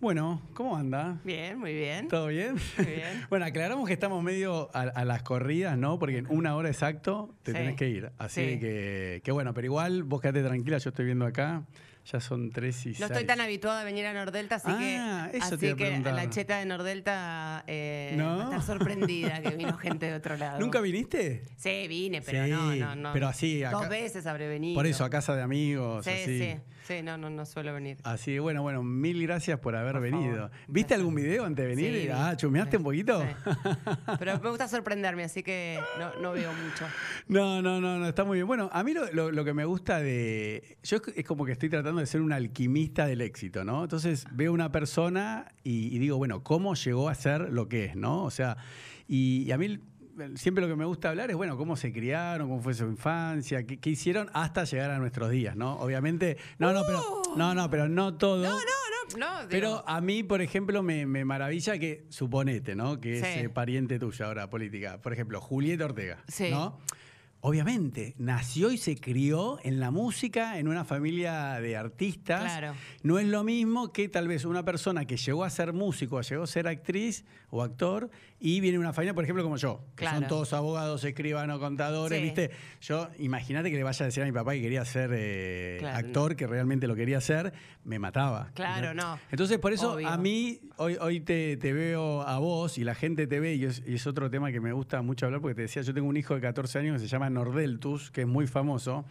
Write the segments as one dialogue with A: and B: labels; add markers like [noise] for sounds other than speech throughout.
A: Bueno, ¿cómo anda?
B: Bien, muy bien.
A: ¿Todo bien? [laughs]
B: Muy bien.
A: Bueno, aclaramos que estamos medio a, a las corridas, ¿no? Porque en una hora exacto te
B: Sí.
A: tenés que ir. Así
B: Sí.
A: que, que bueno, pero igual vos quedate tranquila, yo estoy viendo acá, ya son tres y
B: No estoy
A: seis.
B: tan habituada a venir a Nordelta, así
A: Ah,
B: que,
A: eso te
B: así
A: iba a
B: que
A: preguntar.
B: la cheta de Nordelta eh,
A: ¿No?
B: va a estar sorprendida que
A: [laughs]
B: vino gente de otro lado.
A: ¿Nunca viniste?
B: Sí, vine, pero
A: Sí,
B: no, no, no.
A: pero así, acá-
B: Dos veces habré venido.
A: Por eso, a casa de amigos,
B: Sí,
A: así.
B: sí, sí, no, no, no suelo venir.
A: Así que bueno, bueno, mil gracias por haber
B: Por favor,
A: venido. ¿Viste
B: gracias.
A: algún video antes de venir?
B: Sí,
A: ah,
B: vi.
A: ¿chumeaste
B: Sí,
A: un poquito?
B: sí.
A: [laughs]
B: Pero me gusta sorprenderme, así que no, no veo mucho.
A: No, no, no, no, está muy bien. Bueno, a mí lo, lo- lo que me gusta de. Yo es- es como que estoy tratando de ser un alquimista del éxito, ¿no? Entonces veo una persona y, y digo, bueno, ¿cómo llegó a ser lo que es, ¿no? O sea, y, y a mí el- el- siempre lo que me gusta hablar es, bueno, cómo se criaron, cómo fue su infancia, qué, qué hicieron hasta llegar a nuestros días, ¿no? Obviamente. No, no, pero. No, no, pero no todo.
B: No, no, no, no.
A: Pero
B: digo,
A: a mí, por ejemplo, me, me maravilla que, suponete, ¿no? Que es
B: Sí.
A: eh, pariente tuya ahora, política. Por ejemplo, Julieta Ortega,
B: Sí.
A: ¿no? Obviamente, nació y se crió en la música, en una familia de artistas.
B: Claro.
A: No es lo mismo que tal vez una persona que llegó a ser músico, llegó a ser actriz o actor, y viene de una familia, por ejemplo, como yo, que son
B: Claro.
A: todos abogados, escribanos, contadores,
B: Sí.
A: ¿viste? Yo, imagínate que le vaya a decir a mi papá que quería ser eh,
B: Claro.
A: actor, que realmente lo quería ser, me mataba.
B: Claro, no.
A: Entonces, por eso
B: Obvio.
A: a mí, hoy, hoy te, te veo a vos y la gente te ve, y es, y es otro tema que me gusta mucho hablar, porque te decía, yo tengo un hijo de 14 años que se llama Nordeltus, que es muy famoso.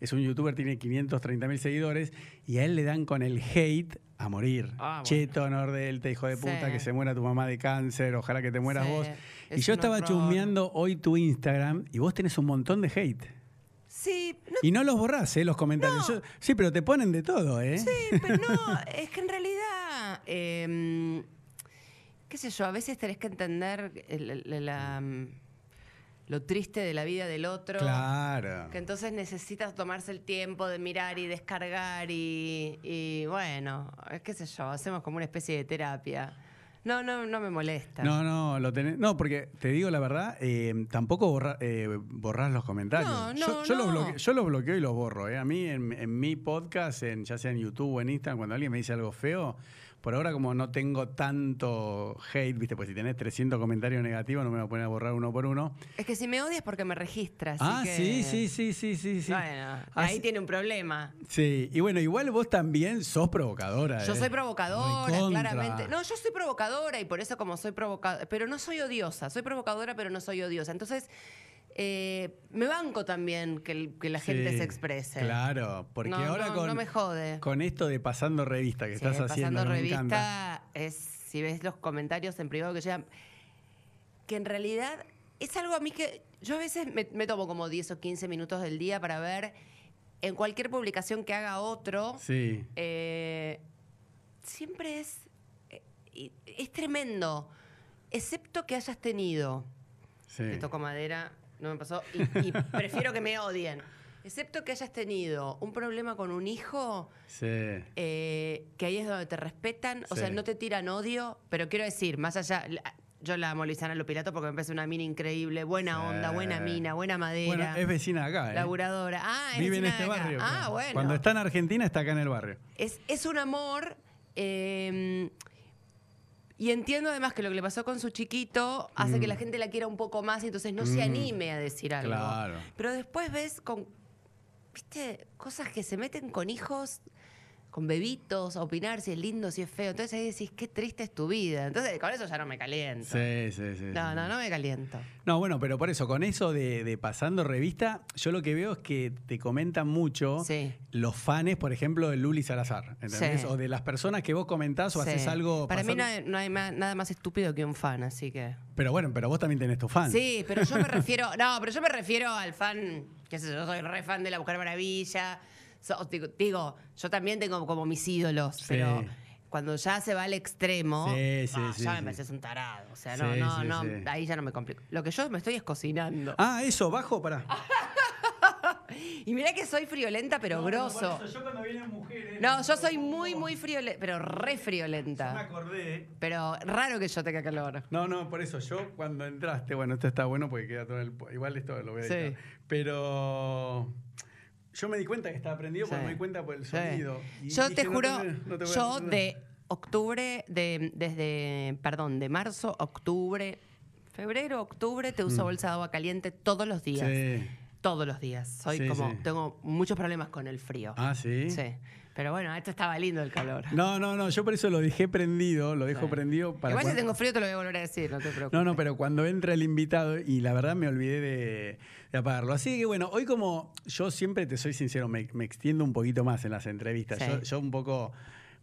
A: Es un youtuber, tiene 530 mil seguidores, y a él le dan con el hate a morir.
B: Ah, bueno.
A: Cheto, Nordelta, hijo de puta,
B: Sí.
A: que se muera tu mamá de cáncer, ojalá que te mueras
B: Sí,
A: vos. Y
B: es
A: yo
B: un
A: estaba
B: horror.
A: chusmeando hoy tu Instagram, y vos tenés un montón de hate.
B: Sí, no
A: Y no los borrás, ¿eh? Los comentarios.
B: No.
A: Yo- sí, pero te ponen de todo, ¿eh?
B: Sí, pero no, es que en realidad, eh, qué sé yo, a veces tenés que entender el- el- la, mm, lo triste de la vida del otro.
A: Claro.
B: Que entonces necesitas tomarse el tiempo de mirar y descargar y, y bueno, eh, qué sé yo, hacemos como una especie de terapia. No, no, no me molesta.
A: No, no, lo tenés. No, porque te digo la verdad, eh, tampoco borra- eh, borrás los comentarios.
B: No,
A: yo,
B: no,
A: yo Los
B: no.
A: bloqueo, yo los bloqueo y los borro. eh. A mí, en, en mi podcast, en, ya sea en YouTube o en Instagram, cuando alguien me dice algo feo, por ahora, como no tengo tanto hate, ¿viste? Pues si tenés 300 comentarios negativos, no me voy a poner a borrar uno por uno.
B: Es que si me odias porque me registras.
A: ah,
B: así que-
A: sí, sí, sí, sí, sí. sí.
B: Bueno,
A: Así-
B: ahí tiene un problema.
A: Sí, y bueno, igual vos también sos provocadora.
B: Yo
A: eh.
B: soy provocadora,
A: Recontra.
B: claramente. No, yo soy provocadora y por eso como soy provocadora, pero no soy odiosa. Soy provocadora, pero no soy odiosa. Entonces, eh, me banco también que, el- que la gente
A: Sí,
B: se exprese.
A: Claro, porque
B: No,
A: ahora
B: no,
A: con,
B: no me jode.
A: con esto de pasando revista que
B: Sí,
A: estás haciendo,
B: pasando
A: que me encanta.
B: revista es, si ves los comentarios en privado que llegan, que en realidad es algo a mí que yo a veces me, me tomo como 10 o 15 minutos del día para ver en cualquier publicación que haga otro.
A: Sí.
B: Eh, siempre es, eh, y- es tremendo, excepto que hayas tenido,
A: Sí.
B: que toco madera, no me pasó,
A: [laughs]
B: y, y prefiero que me odien, excepto que hayas tenido un problema con un hijo,
A: Sí.
B: eh, que ahí es donde te respetan, o
A: Sí.
B: sea, no te tiran odio, pero quiero decir, más allá... la- yo la amo a Luisana Lopilato porque me parece una mina increíble, buena
A: Sí.
B: onda, buena mina, buena
A: Bueno,
B: madera,
A: es vecina de acá, ¿eh?
B: laburadora. Ah, es
A: Vive en
B: vecina
A: este
B: de acá.
A: barrio.
B: Ah,
A: claro.
B: bueno.
A: Cuando está en Argentina, está acá en el barrio.
B: Es, es un amor. eh, y entiendo además que lo que le pasó con su chiquito hace que la
A: Mm.
B: gente la quiera un poco más y entonces no se anime a decir algo.
A: Claro.
B: Pero después ves con. ¿Viste? Cosas que se meten con hijos con bebitos, a opinar si es lindo, si es feo. Entonces ahí decís, qué triste es tu vida. Entonces con eso ya no me caliento.
A: Sí, sí, sí.
B: No, no, no me caliento.
A: No, bueno, pero por eso, con eso de, de pasando revista, yo lo que veo es que te comentan mucho
B: Sí.
A: los fans, por ejemplo, de Luli Salazar, ¿entendés?
B: Sí.
A: O de las personas que vos comentás o haces
B: Sí.
A: algo.
B: Para mí
A: pasando-
B: no hay, no hay ma- nada más estúpido que un fan, así que.
A: Pero bueno, pero vos también tenés tus fans.
B: Sí, pero yo me refiero. No, pero yo me refiero al fan. Qué sé yo, yo soy re fan de La Mujer Maravilla. So- digo, digo, yo también tengo como mis ídolos, pero cuando ya se va al extremo,
A: Sí, sí,
B: ah,
A: sí,
B: ya me
A: sí.
B: pareces un tarado. O sea, no,
A: Sí,
B: no,
A: sí,
B: no,
A: sí.
B: ahí ya no me complico. Lo que yo me estoy es cocinando.
A: Ah, eso, bajo, para.
B: Ah. Y mirá que soy friolenta, pero grosso.
A: yo cuando vienen mujeres.
B: No, yo soy muy, muy friolenta, pero re friolenta.
A: acordé.
B: Pero raro que yo tenga calor.
A: No, no, por eso yo cuando entraste, bueno, esto está bueno porque queda todo en el. po- Igual esto lo voy a
B: Sí.
A: editar. Pero. Yo me di cuenta que estaba prendido porque
B: Sí.
A: me di cuenta por el
B: Sí.
A: sonido. Y
B: Yo
A: dije,
B: te
A: no
B: juro,
A: te- no te voy a-
B: yo de octubre, de, desde, perdón, de marzo, octubre, febrero, octubre, te uso bolsa de agua caliente todos los días.
A: Mm. Sí.
B: Todos los días. Soy
A: Sí,
B: como,
A: sí.
B: tengo muchos problemas con el frío.
A: Ah, sí.
B: Sí. Pero bueno, esto estaba lindo el calor.
A: No, no, no, yo por eso lo dejé prendido, lo dejo
B: Sí.
A: prendido para.
B: Igual si
A: cuando-
B: tengo frío te lo voy a volver a decir, no te preocupes.
A: No, no, pero cuando entra el invitado, y la verdad me olvidé de, de apagarlo. Así que bueno, hoy como yo siempre te soy sincero, me, me extiendo un poquito más en las entrevistas.
B: Sí.
A: Yo, yo un poco,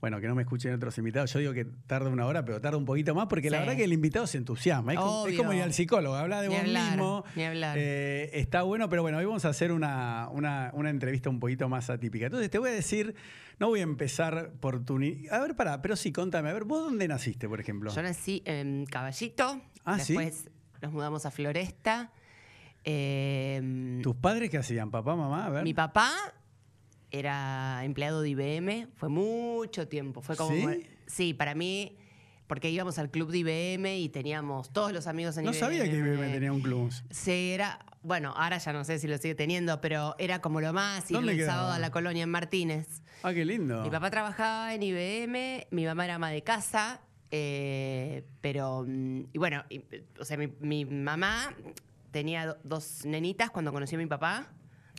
A: bueno, que no me escuchen otros invitados, yo digo que tarda una hora, pero tarda un poquito más, porque la
B: Sí.
A: verdad que el invitado se entusiasma. Es como, es
B: Obvio.
A: como ir al psicólogo, habla de
B: Ni
A: vos
B: hablar,
A: mismo.
B: ni hablar.
A: Eh, está bueno, pero bueno, hoy vamos a hacer una, una- una entrevista un poquito más atípica. Entonces te voy a decir, no voy a empezar por tu... ni- A ver, pará, pero sí, contame, a ver, ¿vos dónde naciste, por ejemplo?
B: Yo nací en Caballito,
A: Ah, ¿sí?
B: después nos mudamos a Floresta. eh,
A: ¿Tus padres qué hacían? ¿Papá, mamá? A ver.
B: Mi papá era empleado de IBM, fue mucho tiempo. Fue como.
A: ¿Sí?
B: Sí, para mí, porque íbamos al club de IBM y teníamos todos los amigos en
A: No
B: IBM.
A: sabía que IBM tenía un club.
B: Sí, era. Bueno, ahora ya no sé si lo sigue teniendo, pero era como lo más ir
A: ¿Dónde
B: el
A: quedaba?
B: sábado a la colonia en Martínez.
A: Ah, qué lindo.
B: Mi papá trabajaba en IBM, mi mamá era ama de casa, eh, pero. mm, Y bueno, y, o sea, mi, mi mamá tenía do- dos nenitas cuando conocí a mi papá.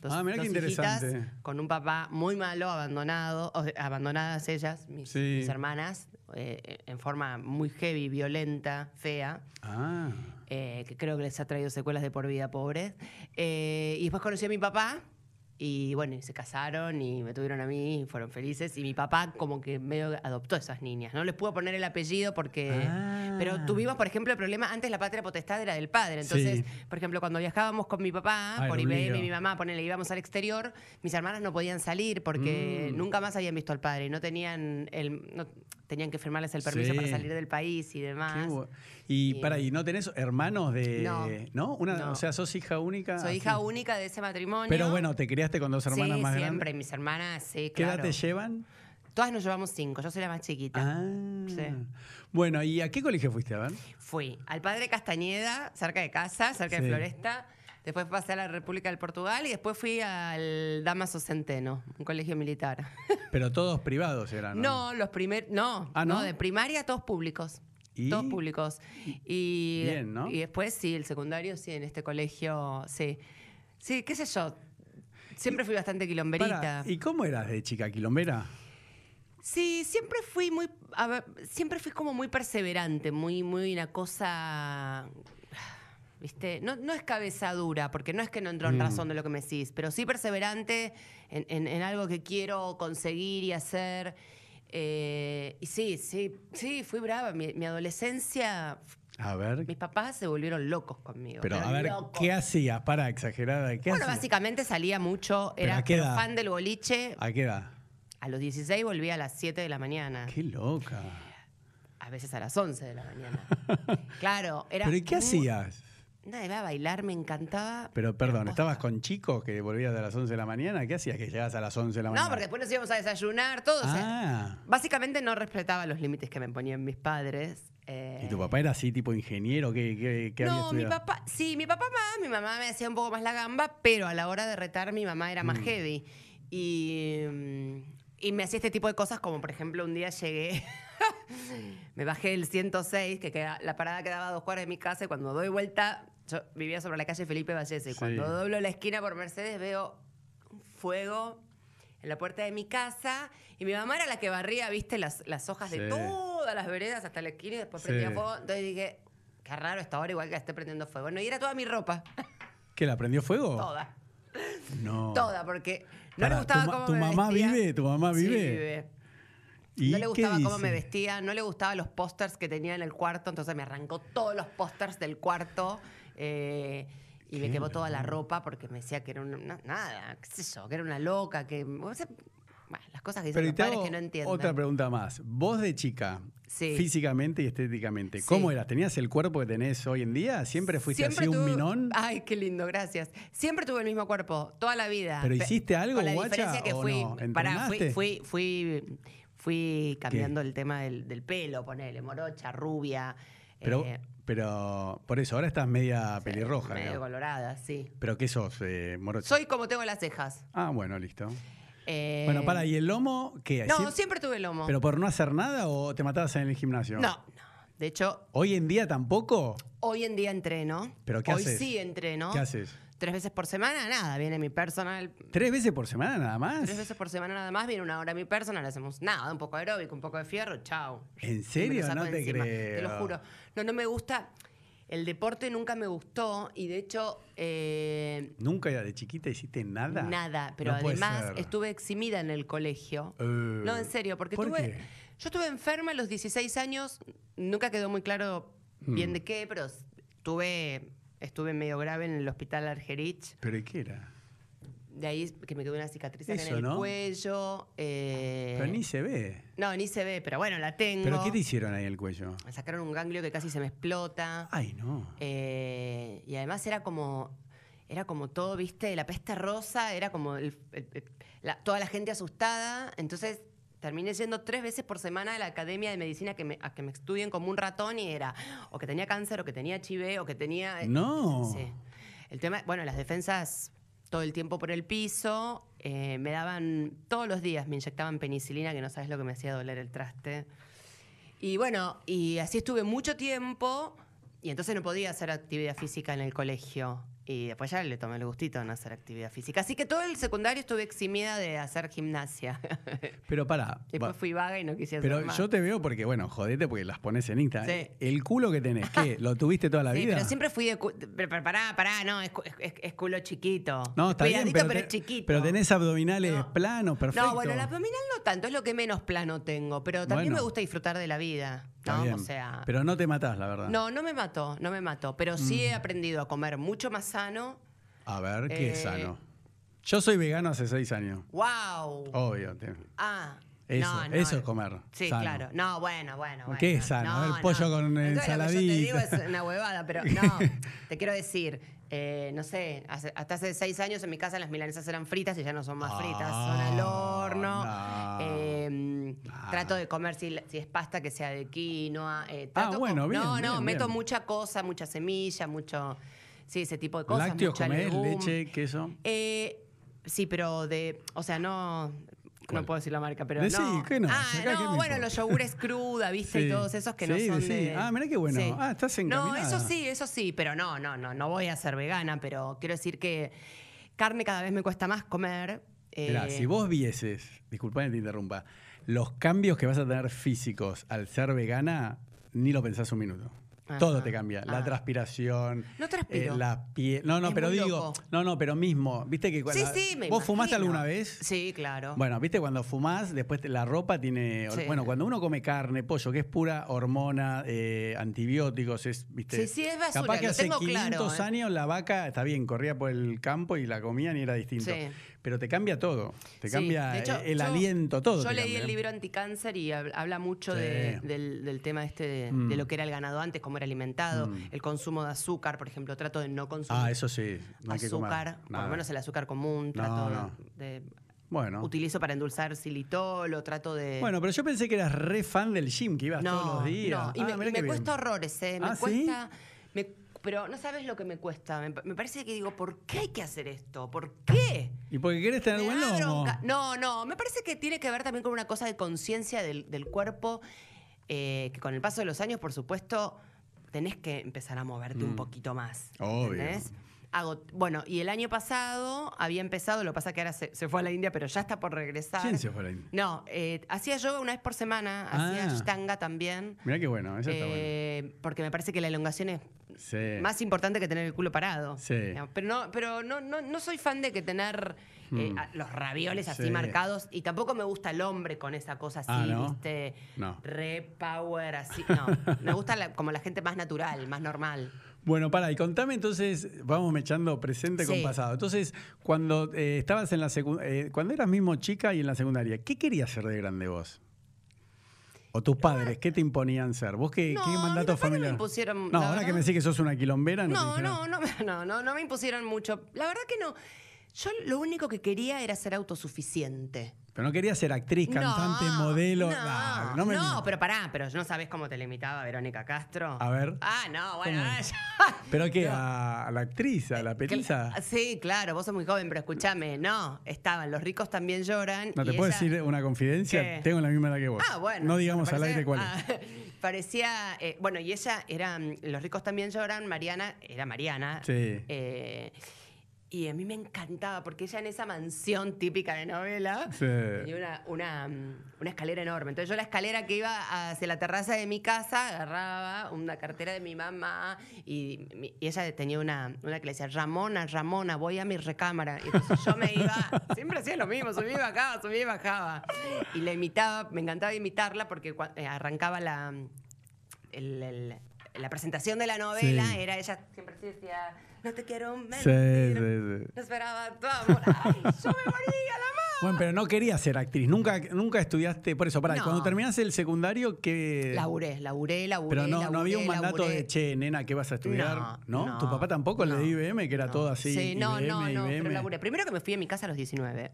B: Dos,
A: Ah, mirá qué
B: dos hijitas
A: interesante.
B: Con un papá muy malo, abandonado, o sea, abandonadas ellas, mis,
A: Sí.
B: mis hermanas, eh, en forma muy heavy, violenta, fea
A: Ah.
B: eh, que creo que les ha traído secuelas de por vida, pobres. Eh, y después conocí a mi papá y bueno, y se casaron y me tuvieron a mí y fueron felices. Y mi papá como que medio adoptó a esas niñas. No les pudo poner el apellido porque...
A: Ah.
B: Pero tuvimos, por ejemplo, el problema, antes la patria potestad era del padre. Entonces,
A: Sí.
B: por ejemplo, cuando viajábamos con mi papá,
A: Ah, era
B: por
A: un
B: IBM,
A: lío.
B: mi mamá, ponele, íbamos al exterior, mis hermanas no podían salir porque
A: Mm.
B: nunca más habían visto al padre y no tenían, el, no- tenían que firmarles el permiso
A: Sí.
B: para salir del país y
A: Qué
B: demás.
A: bu- y
B: Sí.
A: para, ¿y no tenés hermanos de.
B: No.
A: Una,
B: No.
A: O sea, sos hija única.
B: Soy
A: así.
B: hija única de ese matrimonio.
A: Ah, Pero bueno, te criaste con dos hermanas
B: sí,
A: más
B: siempre,
A: grandes.
B: mis hermanas, sí,
A: ¿Qué
B: claro.
A: edad te llevan?
B: Todas nos llevamos cinco, yo soy la más chiquita.
A: Ah.
B: Sí.
A: Bueno, ¿y a qué colegio fuiste? A ver.
B: Fui al Padre Castañeda, cerca de casa, cerca
A: Sí.
B: de Floresta. Después pasé a la República del Portugal y después fui al Damaso Centeno, un colegio militar.
A: Pero todos privados eran.
B: [laughs] No, los primeros, no,
A: Ah, ¿no?
B: no, de primaria todos públicos.
A: ¿Y?
B: Todos públicos. Y,
A: Bien, ¿no?
B: y después sí, el secundario sí, en este colegio, sí. Sí, qué sé yo. Siempre fui bastante quilomberita.
A: Pará, ¿Y cómo eras de chica quilombera?
B: Sí, siempre fui muy, a ver, siempre fui como muy perseverante, muy, muy una cosa, viste, no, no es cabeza dura, porque no es que no entro
A: Mm.
B: en razón de lo que me decís, pero sí perseverante en, en- en algo que quiero conseguir y hacer. Eh, y sí, sí, sí, fui brava. Mi, mi adolescencia,
A: A ver.
B: mis papás se volvieron locos conmigo.
A: Pero a ver,
B: locos.
A: ¿qué hacías? Para, exagerada. ¿Qué
B: Bueno,
A: hacías?
B: básicamente salía mucho,
A: ¿Pero a
B: era
A: qué
B: pero
A: edad?
B: fan del boliche.
A: ¿A qué edad?
B: A los 16 volvía a las 7 de la mañana.
A: Qué loca.
B: a veces a las 11 de la
A: [laughs]
B: mañana. claro, era.
A: ¿Pero y qué
B: muy-
A: hacías?
B: Nada, iba a bailar, me encantaba.
A: Pero perdón,
B: Era
A: ¿estabas
B: posta.
A: con chicos que volvías a las 11 de la mañana? ¿Qué hacías que llegabas a las 11 de la mañana?
B: No, porque después nos íbamos a desayunar, todo. o sea,
A: Ah.
B: básicamente no respetaba los límites que me ponían mis padres. eh,
A: ¿Y tu papá era así, tipo ingeniero? ¿Qué, qué, qué había
B: No, mi
A: estudiado?
B: papá, sí, mi papá más, mi mamá me hacía un poco más la gamba, pero a la hora de retar mi mamá era más heavy. Y, mm, y me hacía este tipo de cosas como, por ejemplo, un día llegué, [laughs] me bajé el 106, que queda- la parada quedaba a dos cuadras de mi casa, y cuando doy vuelta, yo vivía sobre la calle Felipe Vallese, y
A: Sí.
B: cuando doblo la esquina por Mercedes veo un fuego en la puerta de mi casa y mi mamá era la que barría, viste, las, las hojas de
A: Sí.
B: todas las veredas hasta la esquina y después
A: Sí.
B: prendía fuego. Entonces dije, qué raro esta hora igual que la esté prendiendo fuego. No, y era toda mi ropa, [laughs]
A: ¿Que la prendió fuego?
B: toda,
A: No.
B: toda, porque no
A: Oh. Pará,
B: le gustaba
A: tu ma-
B: cómo
A: tu
B: me
A: mamá
B: vestía.
A: vive, tu mamá
B: Sí,
A: vive.
B: vive.
A: ¿Y
B: No le
A: qué
B: gustaba cómo
A: dice?
B: me vestía, no le gustaban los pósters que tenía en el cuarto, entonces me arrancó todos los pósters del cuarto eh, y me
A: Qué
B: quemó toda la ropa porque me decía que era una, na- nada, qué sé yo, que era una loca, que o sea, bueno, las cosas que dicen
A: Pero y
B: los
A: te
B: padres
A: hago
B: que no entienden.
A: otra pregunta más. Vos de chica,
B: Sí.
A: físicamente y estéticamente,
B: Sí.
A: ¿cómo eras? ¿Tenías el cuerpo que tenés hoy en día? ¿Siempre fuiste así un
B: tuve- Ah,
A: minón?
B: Ay, qué lindo, gracias. Siempre tuve el mismo cuerpo, toda la vida.
A: ¿Pero
B: Pe-
A: hiciste algo,
B: con la
A: guacha,
B: diferencia que
A: o
B: fui,
A: no?
B: pará, fui,
A: ¿Entrenaste?
B: fui, fui, fui cambiando el tema del, del pelo, ponele, morocha, rubia.
A: Pero,
B: eh,
A: pero por eso, ahora estás media pelirroja.
B: Medio
A: digamos.
B: colorada, sí.
A: ¿Pero qué sos, eh, morocho?
B: Soy como tengo las cejas.
A: Ah, bueno, listo.
B: Eh,
A: bueno, para, ¿y el lomo qué?
B: No,
A: ¿Siem-
B: siempre tuve lomo.
A: ¿Pero por no hacer nada o te matabas en el gimnasio?
B: no, no. De hecho,
A: ¿Hoy en día tampoco?
B: hoy en día entreno.
A: ¿Pero qué
B: hoy
A: haces?
B: sí entreno.
A: ¿Qué haces?
B: Tres veces por semana, nada. Viene mi personal.
A: ¿Tres veces por semana nada más?
B: Tres veces por semana nada más, viene una hora mi personal, hacemos nada, un poco aeróbico, un poco de fierro, chao.
A: ¿En serio? No te
B: Te lo
A: creo.
B: juro. No, no me gusta. El deporte nunca me gustó y de hecho eh,
A: ¿Nunca de chiquita hiciste nada?
B: Nada, pero
A: No puede
B: además
A: ser.
B: estuve eximida en el colegio.
A: Eh,
B: no, en serio, porque
A: ¿por
B: tuve,
A: qué?
B: yo estuve enferma a los 16 años, nunca quedó muy claro
A: Mm.
B: bien de qué, pero s- tuve, estuve medio grave en el hospital Argerich.
A: ¿Pero y qué era?
B: De ahí que me quedó una cicatriz acá en
A: Eso,
B: el
A: ¿no?
B: cuello. eh,
A: Pero ni se ve.
B: No, ni se ve, pero bueno, la tengo.
A: ¿Pero qué te hicieron ahí en el cuello?
B: Me sacaron un ganglio que casi se me explota.
A: Ay, no.
B: Eh, y además era como. Era como todo, viste, la peste rosa, era como el- el- el- la- toda la gente asustada. Entonces terminé yendo tres veces por semana a la academia de medicina que me- a que me estudien como un ratón y era o que tenía cáncer, o que tenía HIV, o que tenía.
A: No.
B: Sí. El tema, bueno, las defensas todo el tiempo por el piso. eh, me daban todos los días, me inyectaban penicilina, que no sabes lo que me hacía doler el traste. Y bueno, y así estuve mucho tiempo y entonces no podía hacer actividad física en el colegio. Y después ya le tomé el gustito en hacer actividad física. Así que todo el secundario estuve eximida de hacer gimnasia. [laughs]
A: Pero pará.
B: después
A: va-
B: fui vaga y no quise hacer
A: Pero
B: más.
A: yo te veo porque, bueno, jodete porque las pones en Instagram.
B: Sí.
A: El culo que tenés, ¿qué? ¿Lo tuviste toda la
B: Sí,
A: vida?
B: pero siempre fui de... cu- Pero, pero pará, pará, no, es, cu- es- es- es culo chiquito.
A: No, está bien,
B: Cuidadito,
A: pero,
B: pero
A: te-
B: es chiquito.
A: pero tenés abdominales
B: No.
A: planos, perfecto.
B: No, bueno, el abdominal no tanto, es lo que menos plano tengo, pero también
A: Bueno.
B: me gusta disfrutar de la vida,
A: Está
B: ¿no?
A: bien.
B: O sea,
A: Pero Mm. no te matás, la verdad.
B: no, no me mató, no me mató, pero sí he aprendido a comer mucho más sano.
A: A ver, qué
B: Eh,
A: sano. Yo soy vegano hace seis años.
B: Wow.
A: Obvio. te-
B: Ah.
A: Eso,
B: no, no.
A: eso es comer
B: Sí,
A: sano.
B: claro. No, bueno, bueno. bueno.
A: ¿Qué es sano? A ver, pollo con
B: Entonces, Lo que yo te digo es
A: ensaladita.
B: una
A: [laughs]
B: huevada, pero no. te quiero decir, eh, no sé, hace- hasta hace seis años en mi casa las milanesas eran fritas y ya no son más fritas, son al
A: Ah,
B: horno.
A: no.
B: Eh,
A: Ah.
B: Trato de comer, si, si es pasta, que sea de quinoa. eh,
A: Ah,
B: trato
A: bueno,
B: con-
A: bien,
B: No, no,
A: bien,
B: meto
A: bien.
B: mucha cosa, mucha semilla, mucho. Sí, ese tipo de cosas.
A: Lácteos,
B: mucha
A: comés,
B: legum.
A: leche, queso.
B: Eh, sí, pero de. O sea, no.
A: ¿Cuál?
B: No puedo decir la marca, pero
A: Decí,
B: no.
A: ¿qué no?
B: Ah,
A: Sacá, ¿qué me
B: no, bueno,
A: importa?
B: los yogures cruda, ¿viste?
A: Sí.
B: Y todos esos que
A: Sí,
B: no son
A: sí.
B: de...
A: Ah, mirá qué bueno. Ah, estás
B: No,
A: encaminada.
B: eso sí, eso sí, pero no, no, no, no voy a ser vegana, pero quiero decir que carne cada vez me cuesta más comer. eh,
A: Mirá, si vos vieses, disculpame que te interrumpa, los cambios que vas a tener físicos al ser vegana, ni lo pensás un minuto.
B: Ajá.
A: Todo te cambia, la
B: Ah.
A: transpiración, eh,
B: No transpiro.
A: la piel. No, no,
B: Es
A: pero
B: muy
A: digo,
B: loco.
A: no, no, pero mismo, ¿viste que
B: Sí,
A: cuando
B: sí, me
A: vos fumaste
B: imagino.
A: alguna vez?
B: Sí, claro.
A: Bueno, viste cuando fumás, después te- la ropa tiene.
B: Sí.
A: Bueno, cuando uno come carne, pollo, que es pura hormona, eh, antibióticos, es, viste.
B: Sí, sí, es basura,
A: Capaz que
B: lo
A: hace
B: tengo claro,
A: 500
B: eh.
A: años la vaca, está bien, corría por el campo y la comían y era distinto.
B: Sí.
A: Pero te cambia todo. Te
B: Sí,
A: cambia
B: de hecho,
A: eh, el
B: yo-
A: aliento, todo.
B: Yo
A: te
B: leí
A: cambia. ¿eh?
B: el libro Anticáncer y hab- habla mucho
A: Sí. Mm.
B: de- del, del tema este de, de lo que era el ganado antes, cómo era alimentado, el consumo de azúcar, por ejemplo, trato de no consumir
A: Ah, eso sí. No hay que comer
B: azúcar, por
A: nada.
B: lo menos el azúcar común,
A: No,
B: trato
A: no.
B: de...
A: Bueno.
B: Utilizo para endulzar xilitol o trato de...
A: Bueno, pero yo pensé que eras re fan del gym, que ibas
B: no,
A: todos los días.
B: no, y
A: Ah,
B: me,
A: mirá
B: y me
A: qué bien.
B: cuesta horrores, ¿eh? Me
A: Ah, ¿sí?
B: cuesta... me- pero no sabes lo que me cuesta. Me, me parece que digo, ¿por qué hay que hacer esto? ¿Por qué?
A: ¿Y porque querés tener
B: Me
A: buen
B: da
A: lomo?
B: bronca. No, no, me parece que tiene que ver también con una cosa de conciencia del, del cuerpo, eh, que con el paso de los años, por supuesto, tenés que empezar a moverte un poquito más.
A: Mm. Obvio.
B: ¿entendés? Hago, bueno, y el año pasado había empezado, lo que pasa que ahora se, se fue a la India, pero ya está por regresar.
A: ¿Quién se fue a la India?
B: No, eh, hacía yoga una vez por semana, hacía
A: Ah.
B: ashtanga también.
A: Mirá qué bueno, eso está bueno.
B: eh, Porque me parece que la elongación es
A: Sí.
B: más importante que tener el culo parado.
A: Sí.
B: Digamos, Pero no, pero no, no, no soy fan de que tener eh, a- los ravioles así
A: Mm. Sí.
B: marcados. Y tampoco me gusta el hombre con esa cosa así,
A: Ah, ¿no?
B: ¿viste?
A: No.
B: Re power, así.
A: [laughs]
B: No. me gusta la- como la gente más natural, más normal.
A: Bueno, para, y contame entonces, vamos mechando presente
B: Sí.
A: con pasado. Entonces, cuando eh, estabas en la secu- eh, cuando eras mismo chica y en la secundaria, ¿qué querías ser de grande vos? ¿O tus padres? ¿Qué te imponían ser? ¿Vos qué,
B: Ah. No,
A: qué
B: mis
A: mandato
B: papás no me
A: familiar?
B: impusieron,
A: No,
B: la
A: ahora
B: verdad.
A: que me decís que sos una quilombera, Ah, no, te
B: No,
A: dijeron-
B: no, no, me- no, no, no me impusieron mucho. La verdad que no. Yo lo único que quería era ser autosuficiente.
A: Pero no querías ser actriz, cantante, modelo.
B: No,
A: no me
B: no,
A: mientas.
B: pero pará, pero no sabés cómo te limitaba Verónica Castro.
A: A ver.
B: Ah, no, bueno.
A: ¿Cómo?
B: ah, [laughs] ya.
A: ¿Pero qué? ¿A, a la actriz?
B: Eh,
A: ¿A la petiza?
B: Cla- ah, Sí, claro, vos sos muy joven, pero escúchame, no, estaban, los ricos también lloran.
A: ¿No te
B: y
A: puedo
B: ella-
A: decir una confidencia?
B: ¿Qué?
A: Tengo la misma edad que vos.
B: Ah, bueno.
A: No digamos
B: parecía-
A: al aire cuál es.
B: ah, [laughs] parecía, eh, bueno, y ella era, mm, los ricos también lloran, Mariana, era Mariana.
A: Sí.
B: eh, y a mí me encantaba, porque ella en esa mansión típica de novela
A: Sí.
B: [laughs] tenía una, una, mm, una escalera enorme. Entonces yo la escalera que iba hacia la terraza de mi casa agarraba una cartera de mi mamá y, mi- y ella tenía una, una que le decía, Ramona, Ramona, voy a mi recámara. Y entonces yo me iba, [laughs] siempre hacía lo mismo, subía y bajaba, subía y bajaba. Y la imitaba, me encantaba imitarla porque cua- eh, arrancaba la, el- el- la presentación de la novela,
A: Sí.
B: era ella siempre así decía... No te quiero mentir.
A: sí, sí.
B: No esperaba tu amor. Ay, yo me moría, la madre.
A: Bueno, pero no querías ser actriz. Nunca, nunca estudiaste. Por eso, pará, y
B: No.
A: cuando terminaste el secundario, ¿qué.
B: Laburé, laburé, laburé.
A: pero no, no había un
B: laburé,
A: mandato
B: laburé.
A: de che, nena, ¿qué vas a estudiar?
B: No,
A: No,
B: no,
A: tu papá tampoco, el
B: no,
A: de IBM, que era
B: no.
A: todo así.
B: Sí, no,
A: IBM,
B: no, no, pero
A: IBM.
B: laburé. Primero que me fui a mi casa a los 19.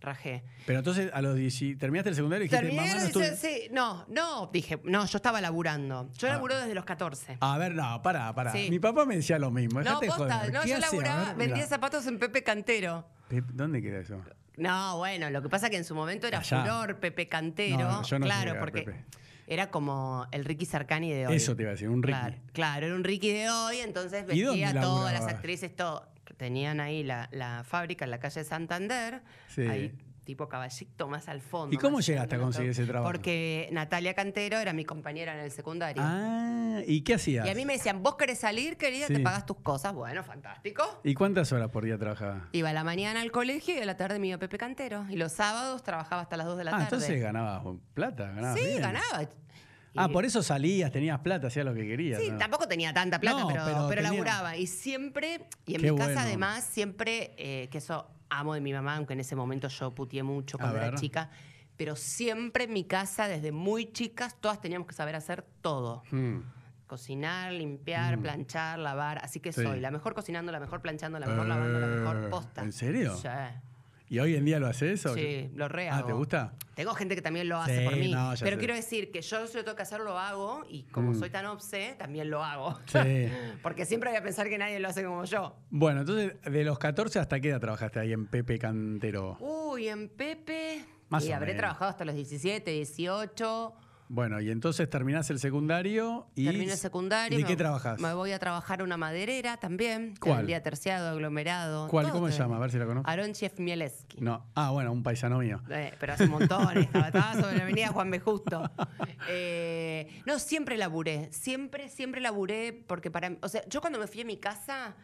B: Rajé.
A: Pero entonces, a los 10, terminaste el secundario y dijiste,
B: Terminé
A: mamá,
B: los
A: no estudio.
B: 18, sí, no, no, dije, no, yo estaba laburando. Yo
A: Ah.
B: laburo desde los 14.
A: A ver, no, pará, pará.
B: Sí.
A: Mi papá me decía lo mismo.
B: no,
A: dejate de joder.
B: no,
A: ¿Qué hace?
B: yo
A: A
B: laburaba,
A: ver,
B: vendía
A: mirá.
B: zapatos en Pepe Cantero.
A: Pep, ¿Dónde queda eso?
B: No, bueno, lo que pasa que en su momento era
A: Allá.
B: furor Pepe Cantero.
A: No, no, yo no
B: claro,
A: llegué a
B: porque
A: Pepe.
B: era como el Ricky Sarcani de hoy.
A: Eso te iba a decir, un Ricky.
B: Claro, claro, era un Ricky de hoy, entonces
A: ¿Y dónde
B: vestía a todas las
A: laburabas?
B: actrices, todo. Tenían ahí la, la fábrica en la calle Santander,
A: Sí.
B: ahí tipo caballito más al fondo.
A: ¿Y cómo
B: más
A: llegaste a
B: yendo,
A: conseguir ese trabajo?
B: Porque Natalia Cantero era mi compañera en el secundario.
A: Ah, ¿y qué hacías?
B: y a mí me decían, vos querés salir, querida,
A: Sí.
B: te pagas tus cosas. Bueno, fantástico.
A: ¿Y cuántas horas por día trabajaba?
B: Iba a la mañana al colegio y a la tarde me iba a Pepe Cantero. Y los sábados trabajaba hasta las 2 de la
A: ah,
B: tarde.
A: entonces ganabas plata, ganabas.
B: sí,
A: bien.
B: ganaba.
A: Ah,
B: Y-
A: por eso salías, tenías plata, hacías lo que querías.
B: Sí,
A: ¿no?
B: tampoco tenía tanta plata,
A: No,
B: pero,
A: pero
B: pero,
A: tenía-
B: laburaba. Y siempre, y en
A: Qué
B: mi casa
A: bueno.
B: además, siempre, eh, que eso amo de mi mamá, aunque en ese momento yo putié mucho
A: A
B: cuando era
A: ver.
B: chica, pero siempre en mi casa, desde muy chicas, todas teníamos que saber hacer todo.
A: Mm.
B: Cocinar, limpiar, planchar, lavar. Así que
A: Sí.
B: soy la mejor cocinando, la mejor planchando, la mejor
A: Eh,
B: lavando, la mejor posta.
A: ¿en serio?
B: Sí,
A: ¿Y hoy en día lo haces eso?
B: sí lo re
A: Ah,
B: hago.
A: ¿te
B: [laughs]
A: gusta?
B: Tengo gente que también lo hace
A: Sí,
B: por mí.
A: no, ya sé.
B: pero
A: Mm.
B: quiero decir que yo si lo tengo que hacer, lo hago. Y como soy tan obse, también lo hago.
A: Sí.
B: [laughs] Porque siempre voy a pensar que nadie lo hace como yo.
A: Bueno, entonces, de los 14 hasta qué edad trabajaste ahí en Pepe Cantero?
B: Uy, en Pepe.
A: Más
B: y
A: o
B: habré
A: menos.
B: trabajado hasta los 17, 18.
A: Bueno, y entonces terminás el secundario y.
B: Termino el secundario.
A: ¿Y de
B: me-
A: qué trabajas?
B: Me voy a trabajar a una maderera también. que
A: ¿Cuál?
B: Vendía terciado, aglomerado.
A: ¿Cuál?
B: todo
A: ¿Cómo se
B: te
A: llama? A
B: vendía.
A: ver si la conozco.
B: Aronchef Mieleski.
A: No. Ah, bueno, un paisano mío.
B: Eh, pero hace un montón, estaba, estaba sobre la avenida Juan B. Justo. Eh, no, siempre laburé, siempre, siempre laburé, porque para o sea, yo cuando me fui a mi casa...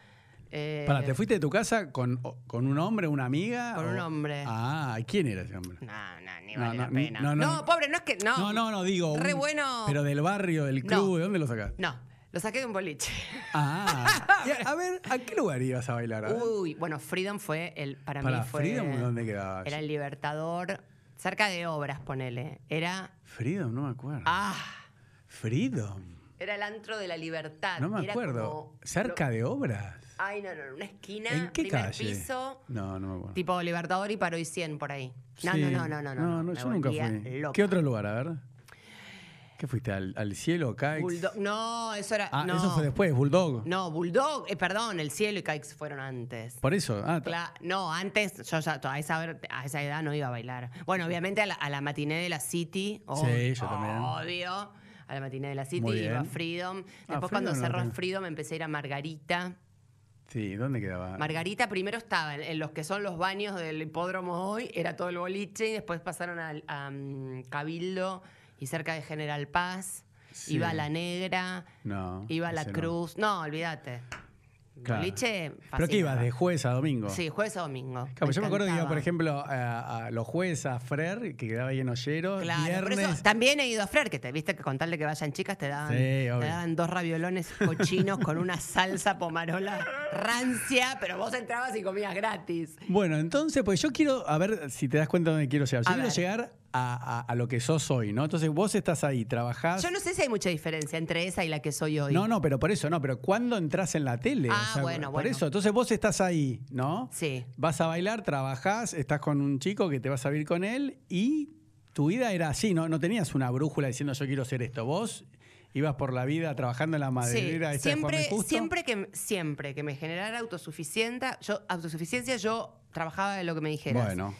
B: eh,
A: Pará, ¿te fuiste de tu casa con, o- con un hombre, una amiga?
B: Con
A: o-
B: un hombre.
A: Ah, ¿y ¿quién era ese hombre?
B: No, no, ni
A: No,
B: vale
A: no,
B: la pena.
A: no,
B: No,
A: no.
B: pobre, no es que... No,
A: no, no, no, digo.
B: Re
A: un-
B: bueno.
A: Pero del barrio, del club,
B: No.
A: ¿de dónde lo sacaste?
B: No, lo saqué de un boliche. [laughs]
A: Ah, y a, a ver, ¿a qué lugar ibas a bailar? A ver.
B: Uy, bueno, Freedom fue el... Para,
A: Pará,
B: mí fue...
A: Freedom, ¿dónde quedaba?
B: Era el Libertador, cerca de Obras, ponele. Era...
A: Freedom, no me acuerdo.
B: Ah,
A: Freedom.
B: era el antro de la libertad.
A: No me
B: era
A: acuerdo.
B: como-
A: Cerca de obras.
B: Ay, no, no, en una esquina,
A: ¿En qué
B: primer
A: calle?
B: piso...
A: No, no me acuerdo.
B: Tipo Libertador y Paro y 100 por ahí. No,
A: Ah. Sí.
B: no, no, no, no, no.
A: No, no,
B: me
A: yo nunca
B: volvía
A: fui.
B: loca.
A: ¿Qué otro lugar? A ver. ¿Qué fuiste? ¿Al, al cielo, Caix?
B: Bulldog. No, eso era.
A: Ah,
B: no.
A: eso fue después, Bulldog.
B: No, Bulldog, eh, perdón, el cielo y Caix fueron antes.
A: Por eso. Ah, ta-
B: Cla- no, antes yo ya a esa, hora- a esa edad no iba a bailar. Bueno, obviamente a la, a la matiné de la City. ob-
A: Sí, yo también.
B: Obvio. A la matiné de la City
A: Muy
B: iba a
A: bien.
B: Freedom. Después
A: Ah, Freedom
B: cuando
A: no
B: cerró
A: tengo.
B: Freedom empecé a ir a Margarita.
A: Sí, ¿dónde quedaba?
B: Margarita primero estaba en, en los que son los baños del hipódromo hoy, era todo el boliche, y después pasaron al- a, mm, Cabildo y cerca de General Paz.
A: Sí.
B: Iba a la Negra,
A: No,
B: iba a la
A: ese no.
B: Cruz. No, olvídate.
A: Claro.
B: Boliche.
A: ¿Pero qué
B: fascinaba.
A: ibas? ¿De jueves a domingo?
B: Sí, jueves a domingo.
A: Claro, pues yo me acuerdo que iba,
B: encantaba.
A: por ejemplo, a, a los jueves a Frer, que quedaba ahí en Ollero.
B: Claro, por
A: viernes.
B: eso también he ido a Frer, que te viste que con tal de que vayan chicas te daban,
A: Sí,
B: te
A: obvio.
B: daban dos raviolones cochinos con una salsa pomarola rancia, pero vos entrabas y comías gratis.
A: Bueno, entonces, pues yo quiero, a ver si te das cuenta dónde quiero llegar. Yo
B: A
A: quiero
B: ver.
A: llegar a, a- a lo que sos hoy, ¿no? Entonces vos estás ahí, trabajás.
B: Yo no sé si hay mucha diferencia entre esa y la que soy hoy.
A: No, no, pero por eso no, pero ¿cuándo entras en la tele?
B: Ah, bueno,
A: por
B: bueno.
A: eso, entonces vos estás ahí, ¿no?
B: Sí.
A: Vas a bailar, trabajás, estás con un chico que te vas a vivir con él y tu vida era así, ¿no? No tenías una brújula diciendo yo quiero ser esto. Vos ibas por la vida trabajando en la
B: Sí,
A: maderera. esta de Juan
B: siempre,
A: Justo.
B: siempre, que, siempre que me generara autosuficiencia, yo, autosuficiencia, yo trabajaba de lo que me dijeras.
A: Bueno,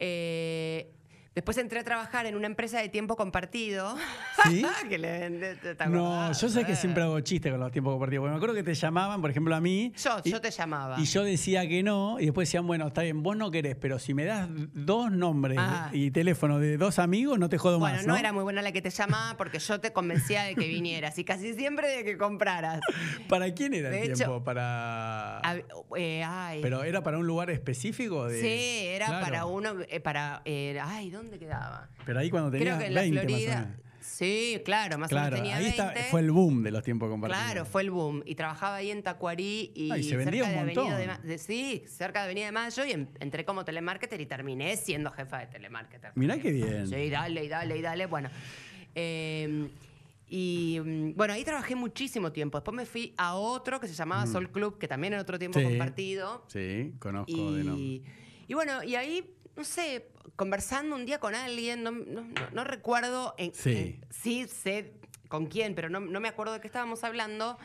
B: Eh, después entré a trabajar en una empresa de tiempo compartido.
A: ¿Sí?
B: [laughs] que le vende- ¿te
A: no,
B: acordás?
A: yo sé
B: Eh.
A: que siempre hago chistes con los tiempos compartidos. Bueno, me acuerdo que te llamaban, por ejemplo, a mí.
B: Yo,
A: y-
B: yo te llamaba.
A: Y yo decía que no, y después decían, bueno, está bien, vos no querés, pero si me das dos nombres
B: Ah.
A: y teléfono de dos amigos, no te jodo
B: bueno,
A: más.
B: no, era muy buena la que te llamaba porque yo te convencía de que vinieras y casi siempre de
A: [laughs]
B: que compraras.
A: ¿Para quién era
B: De
A: el
B: hecho-
A: tiempo? Para.
B: Hab- eh, ay.
A: ¿Pero era para un lugar específico? De...
B: sí, era
A: Claro.
B: para uno, eh, para, eh, ay, ¿dónde quedaba?
A: Pero ahí cuando tenía
B: Creo que en
A: 20
B: la
A: más o
B: Florida.
A: menos.
B: Sí, claro, más
A: Claro,
B: o menos tenía
A: ahí está-
B: 20.
A: fue el boom de los tiempos compartidos.
B: Claro, fue el boom. Y trabajaba ahí en Tacuarí y,
A: Ah, y se vendía
B: cerca
A: un
B: de Avenida de
A: montón.
B: Ma- de- sí, cerca de Avenida de Mayo y en- entré como telemarketer y terminé siendo jefa de telemarketer.
A: Mirá qué bien.
B: Sí, dale, y dale, y dale. Bueno. Eh, y mm, bueno, ahí trabajé muchísimo tiempo. Después me fui a otro que se llamaba Sol Club, que también era otro tiempo
A: Mm. Sí.
B: compartido.
A: Sí, conozco de nombre.
B: Y, y bueno, y ahí, no sé, conversando un día con alguien, no, no- no- no recuerdo. En,
A: Sí.
B: en- sí, sé con quién, pero no, no me acuerdo de qué estábamos hablando.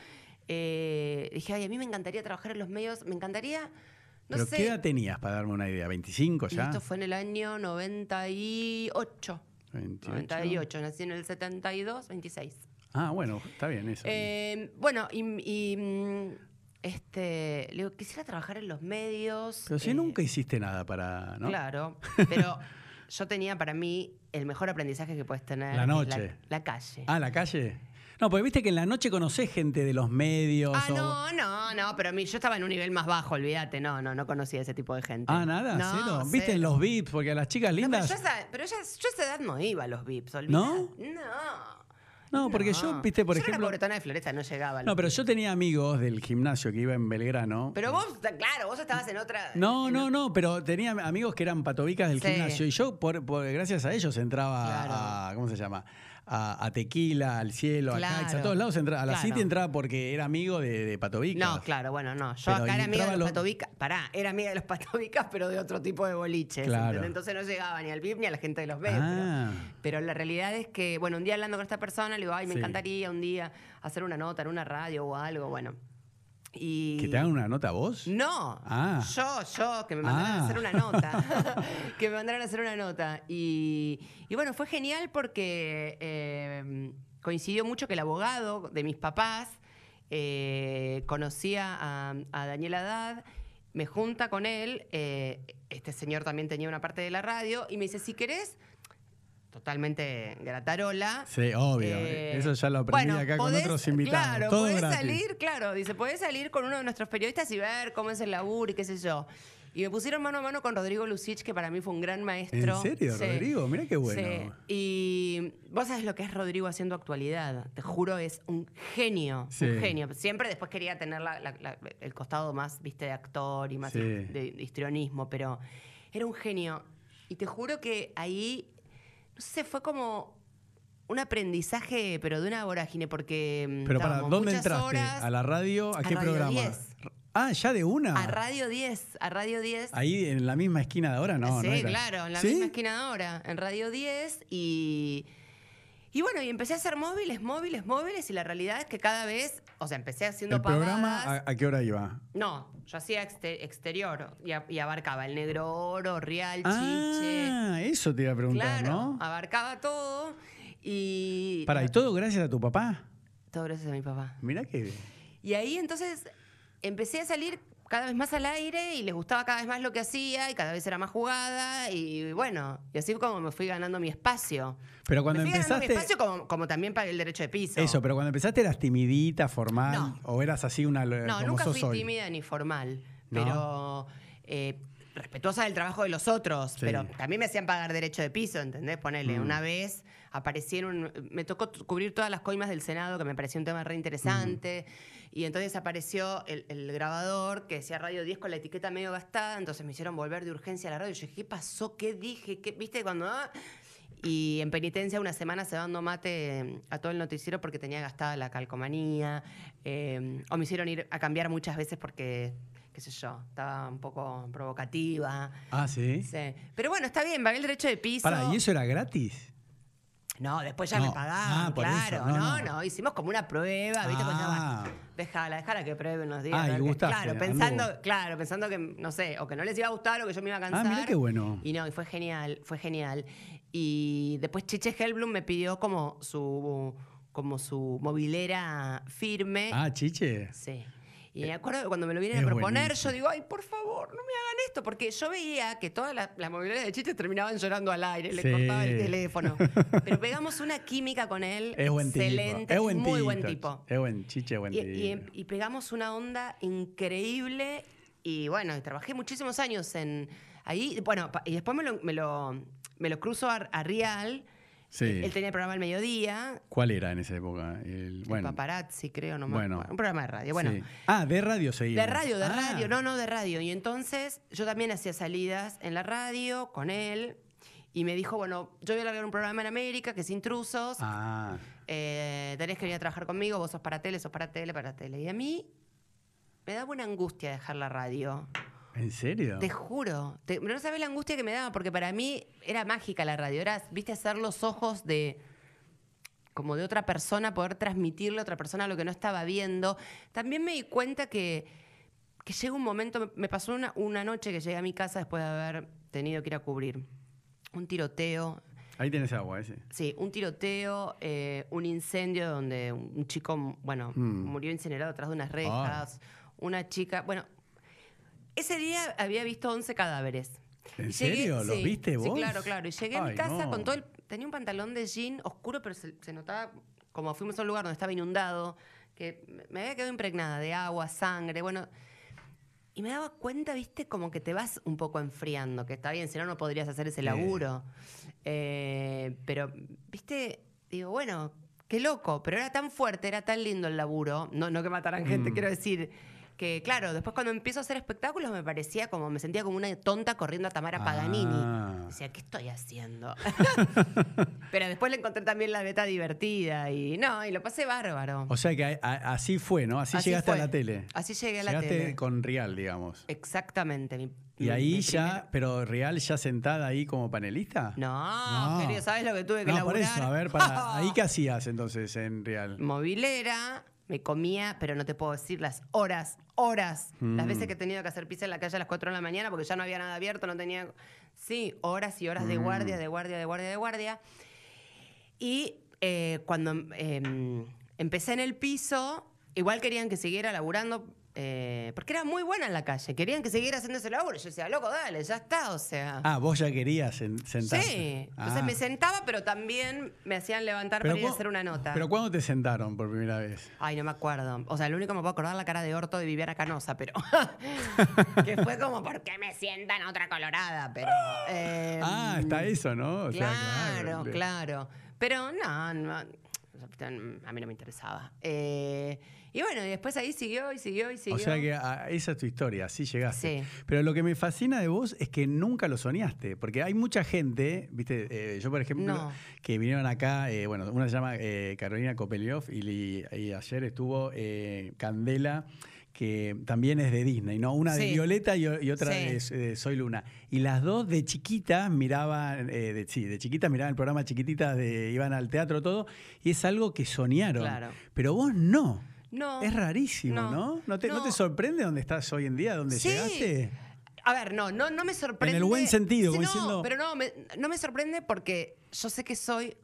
B: Eh, dije, ay, a mí me encantaría trabajar en los medios, me encantaría. No
A: ¿Pero
B: sé.
A: qué edad tenías para darme una idea? ¿25
B: Y
A: ya?
B: esto fue en el año 98.
A: 28.
B: 98, nací en el 72, 26.
A: Ah, bueno, está bien eso.
B: Eh, bueno, y, y, mm, este, le digo, quisiera trabajar en los medios.
A: Pero si
B: eh,
A: nunca hiciste nada para. ¿no? [laughs]
B: Claro, pero yo tenía para mí el mejor aprendizaje que puedes tener.
A: La
B: es
A: noche.
B: La, la calle.
A: Ah, la calle. No, porque viste que en la noche conocés gente de los medios.
B: Ah,
A: o-
B: no, no, no, pero mi- yo estaba en un nivel más bajo, olvídate, no, no, no conocía ese tipo de gente.
A: Ah, nada,
B: No,
A: cero. Viste en
B: cero.
A: los VIPs, porque a las chicas
B: No, pero
A: lindas.
B: yo, esa- pero ya- yo a esa edad no iba a los VIPs, olvídate.
A: ¿No?
B: No.
A: No, porque yo, viste, por
B: Yo Era
A: ejemplo-
B: una pobretona de Floresta, no llegaba. a los
A: No, pero yo tenía amigos del gimnasio que iba en Belgrano.
B: Pero vos, claro, vos estabas en otra.
A: no,
B: en
A: no,
B: otra-
A: no, pero tenía amigos que eran patobicas del
B: Sí.
A: gimnasio y yo, por, por- gracias a ellos, entraba
B: Claro.
A: a, ¿cómo se llama? A, a Tequila, al Cielo, a
B: Claro.
A: Cax, a todos lados entraba. A la
B: Claro.
A: City entraba porque era amigo de, de patobicas.
B: No, claro, bueno, no. Yo
A: Pero
B: acá
A: y
B: era amiga de
A: entraba
B: los
A: lo-
B: patobicas. Pará, era amiga de los [laughs] patobicas, pero de otro tipo de boliches.
A: Claro.
B: ¿entendés? Entonces no llegaba ni al VIP ni a la gente de los medios.
A: Ah.
B: Pero, pero la realidad es que, bueno, un día hablando con esta persona, le digo, ay, me
A: Sí.
B: encantaría un día hacer una nota en una radio o algo, bueno. Y...
A: ¿Que te hagan una nota a vos?
B: No,
A: Ah.
B: yo, yo, que me mandaron
A: Ah.
B: a hacer una
A: [laughs]
B: nota. que me mandaron a hacer una nota. Y, y bueno, fue genial porque eh, coincidió mucho que el abogado de mis papás eh, conocía a, a Daniel Haddad, me junta con él, eh, este señor también tenía una parte de la radio, y me dice, si querés, totalmente gratarola.
A: Sí, obvio.
B: Eh,
A: Eso ya lo aprendí
B: bueno,
A: acá con
B: podés-
A: otros invitados.
B: Claro,
A: Todo
B: podés
A: gratis.
B: salir, claro, dice, podés salir con uno de nuestros periodistas y ver cómo es el laburo y qué sé yo. Y me pusieron mano a mano con Rodrigo Lucich, que para mí fue un gran maestro.
A: ¿En serio, Rodrigo? Mirá qué bueno.
B: Sí. Y vos sabés lo que es Rodrigo haciendo actualidad. Te juro, es un genio.
A: Sí.
B: Un genio. Siempre después quería tener la- la- la- el costado más, viste, de actor y más
A: Sí.
B: de histrionismo, pero era un genio. Y te juro que ahí, no sé, fue como un aprendizaje, pero de una vorágine, porque. mm,
A: Pero para,
B: estábamos
A: ¿dónde
B: muchas
A: entraste?
B: horas
A: ¿A la radio? ¿A,
B: a
A: qué
B: Radio
A: programa?
B: 10.
A: Ah, ya de una.
B: a Radio 10, a Radio 10.
A: Ahí en la misma esquina de ahora, no.
B: sí,
A: no era.
B: claro, en la
A: ¿Sí?
B: misma esquina de ahora, en Radio 10 y... Y bueno, y empecé a hacer móviles, móviles, móviles y la realidad es que cada vez, o sea, empecé haciendo
A: ¿El programa
B: pavadas.
A: a, a qué hora iba?
B: No, yo hacía exte- exterior y, a- y abarcaba el negro oro, real, chiche.
A: Ah, eso te iba a preguntar,
B: Claro,
A: ¿no?
B: abarcaba todo y...
A: Para, ¿y todo gracias a tu papá?
B: Todo gracias a mi papá.
A: Mirá que...
B: Y ahí entonces empecé a salir cada vez más al aire y les gustaba cada vez más lo que hacía y cada vez era más jugada y bueno, y así como me fui ganando mi espacio.
A: Pero cuando
B: me fui ganando
A: empezaste.
B: mi espacio como, como también pagué el derecho de piso.
A: Eso, pero cuando empezaste eras timidita, formal,
B: No.
A: o eras así una
B: No,
A: como
B: nunca
A: sos
B: fui
A: hoy?
B: tímida ni formal,
A: No.
B: pero eh, respetuosa del trabajo de los otros,
A: Sí.
B: pero también me hacían pagar derecho de piso, ¿entendés? Ponele, una vez aparecieron, me tocó t- cubrir todas las coimas del Senado, que me pareció un tema re interesante, y entonces apareció el, el grabador que decía Radio 10 con la etiqueta medio gastada, entonces me hicieron volver de urgencia a la radio, y yo dije, ¿qué pasó? ¿Qué dije? ¿Qué? ¿Viste cuando... ah? Y en penitencia una semana se dando mate mm, a todo el noticiero porque tenía gastada la calcomanía. eh, o me hicieron ir a cambiar muchas veces porque, qué sé yo, estaba un poco provocativa.
A: Ah, sí.
B: Sí. Pero bueno, está bien, pagué el derecho de piso.
A: Pará, ¿y eso era gratis?
B: No, después ya
A: No.
B: me pagaban,
A: Ah, por eso.
B: claro.
A: No,
B: No
A: no.
B: no. hicimos como una prueba, ¿viste? Cuando
A: Ah.
B: estaban, Déjala, déjala que pruebe unos días.
A: Ah,
B: a ver
A: y
B: qué-".
A: gustaste,
B: claro, pensando,
A: anduvo.
B: claro, pensando que, no sé, o que no les iba a gustar o que yo me iba a cansar.
A: Ah, mirá qué bueno.
B: Y no, y fue genial, fue genial. Y después Chiche Helblum me pidió como su como su movilera firme.
A: Ah, chiche.
B: Sí. Y me acuerdo que cuando me lo vienen
A: Eh, es
B: a proponer,
A: buenísimo.
B: yo digo, ay, por favor, no me hagan esto, porque yo veía que todas las, las mobiliarias de chistes terminaban llorando al aire, le
A: Sí.
B: cortaba el
A: [laughs]
B: teléfono. Pero pegamos una química con él.
A: Es buen tipo.
B: excelente,
A: Es buen
B: muy
A: tipo.
B: buen tipo.
A: Es buen chiche, buen
B: Y, em,
A: tipo.
B: y- y pegamos una onda increíble y bueno, y trabajé muchísimos años en ahí, bueno, pa- y después me lo, me lo, me lo cruzo a, a Rial,
A: sí.
B: él tenía el programa al mediodía,
A: ¿Cuál era en esa época? El,
B: el
A: bueno.
B: paparazzi creo, no me
A: Bueno.
B: acuerdo, un programa de radio, bueno.
A: sí. Ah, de radio seguía.
B: De radio, de
A: Ah.
B: radio, no, no, de radio. Y entonces yo también hacía salidas en la radio con él y me dijo, bueno, yo voy a largar un programa en América que es Intrusos,
A: Ah,
B: eh, tenés que venir a trabajar conmigo, vos sos para tele, sos para tele, para tele. Y a mí me daba una angustia dejar la radio.
A: ¿en serio?
B: Te juro, te- no sabes la angustia que me daba, porque para mí era mágica la radio. Era, viste, hacer los ojos de como de otra persona, poder transmitirle a otra persona lo que no estaba viendo. También me di cuenta que, que llega un momento, me- me pasó una, una noche que llegué a mi casa después de haber tenido que ir a cubrir un tiroteo
A: Ahí tenés agua ese.
B: Sí, un tiroteo, eh, un incendio donde un chico, bueno,
A: Mm.
B: murió incinerado atrás de unas rejas,
A: Ah.
B: una chica, bueno, ese día había visto 11 cadáveres.
A: ¿En
B: Y llegué-
A: serio? ¿Los
B: sí,
A: viste vos?
B: Sí, claro, claro. Y llegué a
A: Ay,
B: mi casa
A: no.
B: con todo el... Tenía un pantalón de jean oscuro, pero se, se notaba, como fuimos a un lugar donde estaba inundado, que me- me había quedado impregnada de agua, sangre, bueno... Y me daba cuenta, viste, como que te vas un poco enfriando, que está bien, si no, no podrías hacer ese laburo. Eh, pero, viste, digo, bueno, qué loco, pero era tan fuerte, era tan lindo el laburo, no, no que mataran
A: Mm.
B: gente, quiero decir, que claro, después cuando empiezo a hacer espectáculos me parecía como, me sentía como una tonta corriendo a Tamara
A: Ah.
B: Paganini. Decía, ¿qué estoy haciendo? [laughs] pero después le encontré también la beta divertida y no, y lo pasé bárbaro.
A: O sea que a- a- así fue, ¿no? Así,
B: Así
A: llegaste
B: fue.
A: a la tele.
B: Así llegué a la
A: llegaste
B: tele.
A: con Real, digamos.
B: Exactamente. mi-
A: Y
B: mi-
A: ahí
B: mi
A: ya, pero Real ya sentada ahí como panelista.
B: No,
A: No.
B: querido, ¿sabes lo que tuve que
A: No, por
B: laburar?
A: eso, a ver,
B: [laughs]
A: para, ahí qué hacías entonces en Real.
B: Movilera, me comía, pero no te puedo decir las horas, horas, las
A: Mm.
B: veces que he tenido que hacer pizza en la calle a las 4 de la mañana porque ya no había nada abierto, no tenía... Sí, horas y horas de guardia,
A: Mm.
B: de guardia, de guardia, de guardia. Y eh, cuando eh, empecé en el piso, igual querían que siguiera laburando, eh, porque era muy buena en la calle, querían que siguiera haciendo ese laburo. Yo decía, loco, dale, ya está, o sea...
A: Ah, vos ya querías sen- sentarte.
B: Sí,
A: Ah.
B: entonces me sentaba, pero también me hacían levantar
A: Pero
B: para ir a
A: cu-
B: hacer una nota.
A: Pero ¿cuándo te sentaron por primera vez?
B: Ay, no me acuerdo. O sea, lo único que me puedo acordar es la cara de orto de Viviana
A: [laughs]
B: Canosa, pero. que fue como, ¿por qué me sientan otra colorada? Pero. eh,
A: ah, está eso, ¿no? O sea,
B: Claro, claro. Pero no, no, a mí no me interesaba. Eh, y bueno, y después ahí siguió y siguió y siguió.
A: O sea que ah, esa es tu historia, así llegaste.
B: Sí.
A: Pero lo que me fascina de vos es que nunca lo soñaste, porque hay mucha gente, viste, eh, yo por ejemplo,
B: No.
A: que vinieron acá, eh, bueno, una se llama eh, Carolina Kopeliov y, li- y ayer estuvo eh, Candela, que también es de Disney, ¿no? Una de
B: Sí.
A: Violeta y, o- y otra
B: Sí.
A: de, de Soy Luna. Y las dos de chiquitas miraban, eh, de, sí, de chiquitas miraban el programa chiquititas, de, iban al teatro, todo, y es algo que soñaron.
B: Claro.
A: Pero vos no.
B: no.
A: Es rarísimo, ¿no?
B: No.
A: ¿No, te, no.
B: No.
A: te sorprende dónde estás hoy en día, dónde
B: Sí.
A: llegaste?
B: A ver, no, no, no me sorprende.
A: En el buen sentido,
B: Sí,
A: como
B: no,
A: diciendo-
B: Pero no me, no me sorprende porque yo sé que
A: Mm.
B: soy.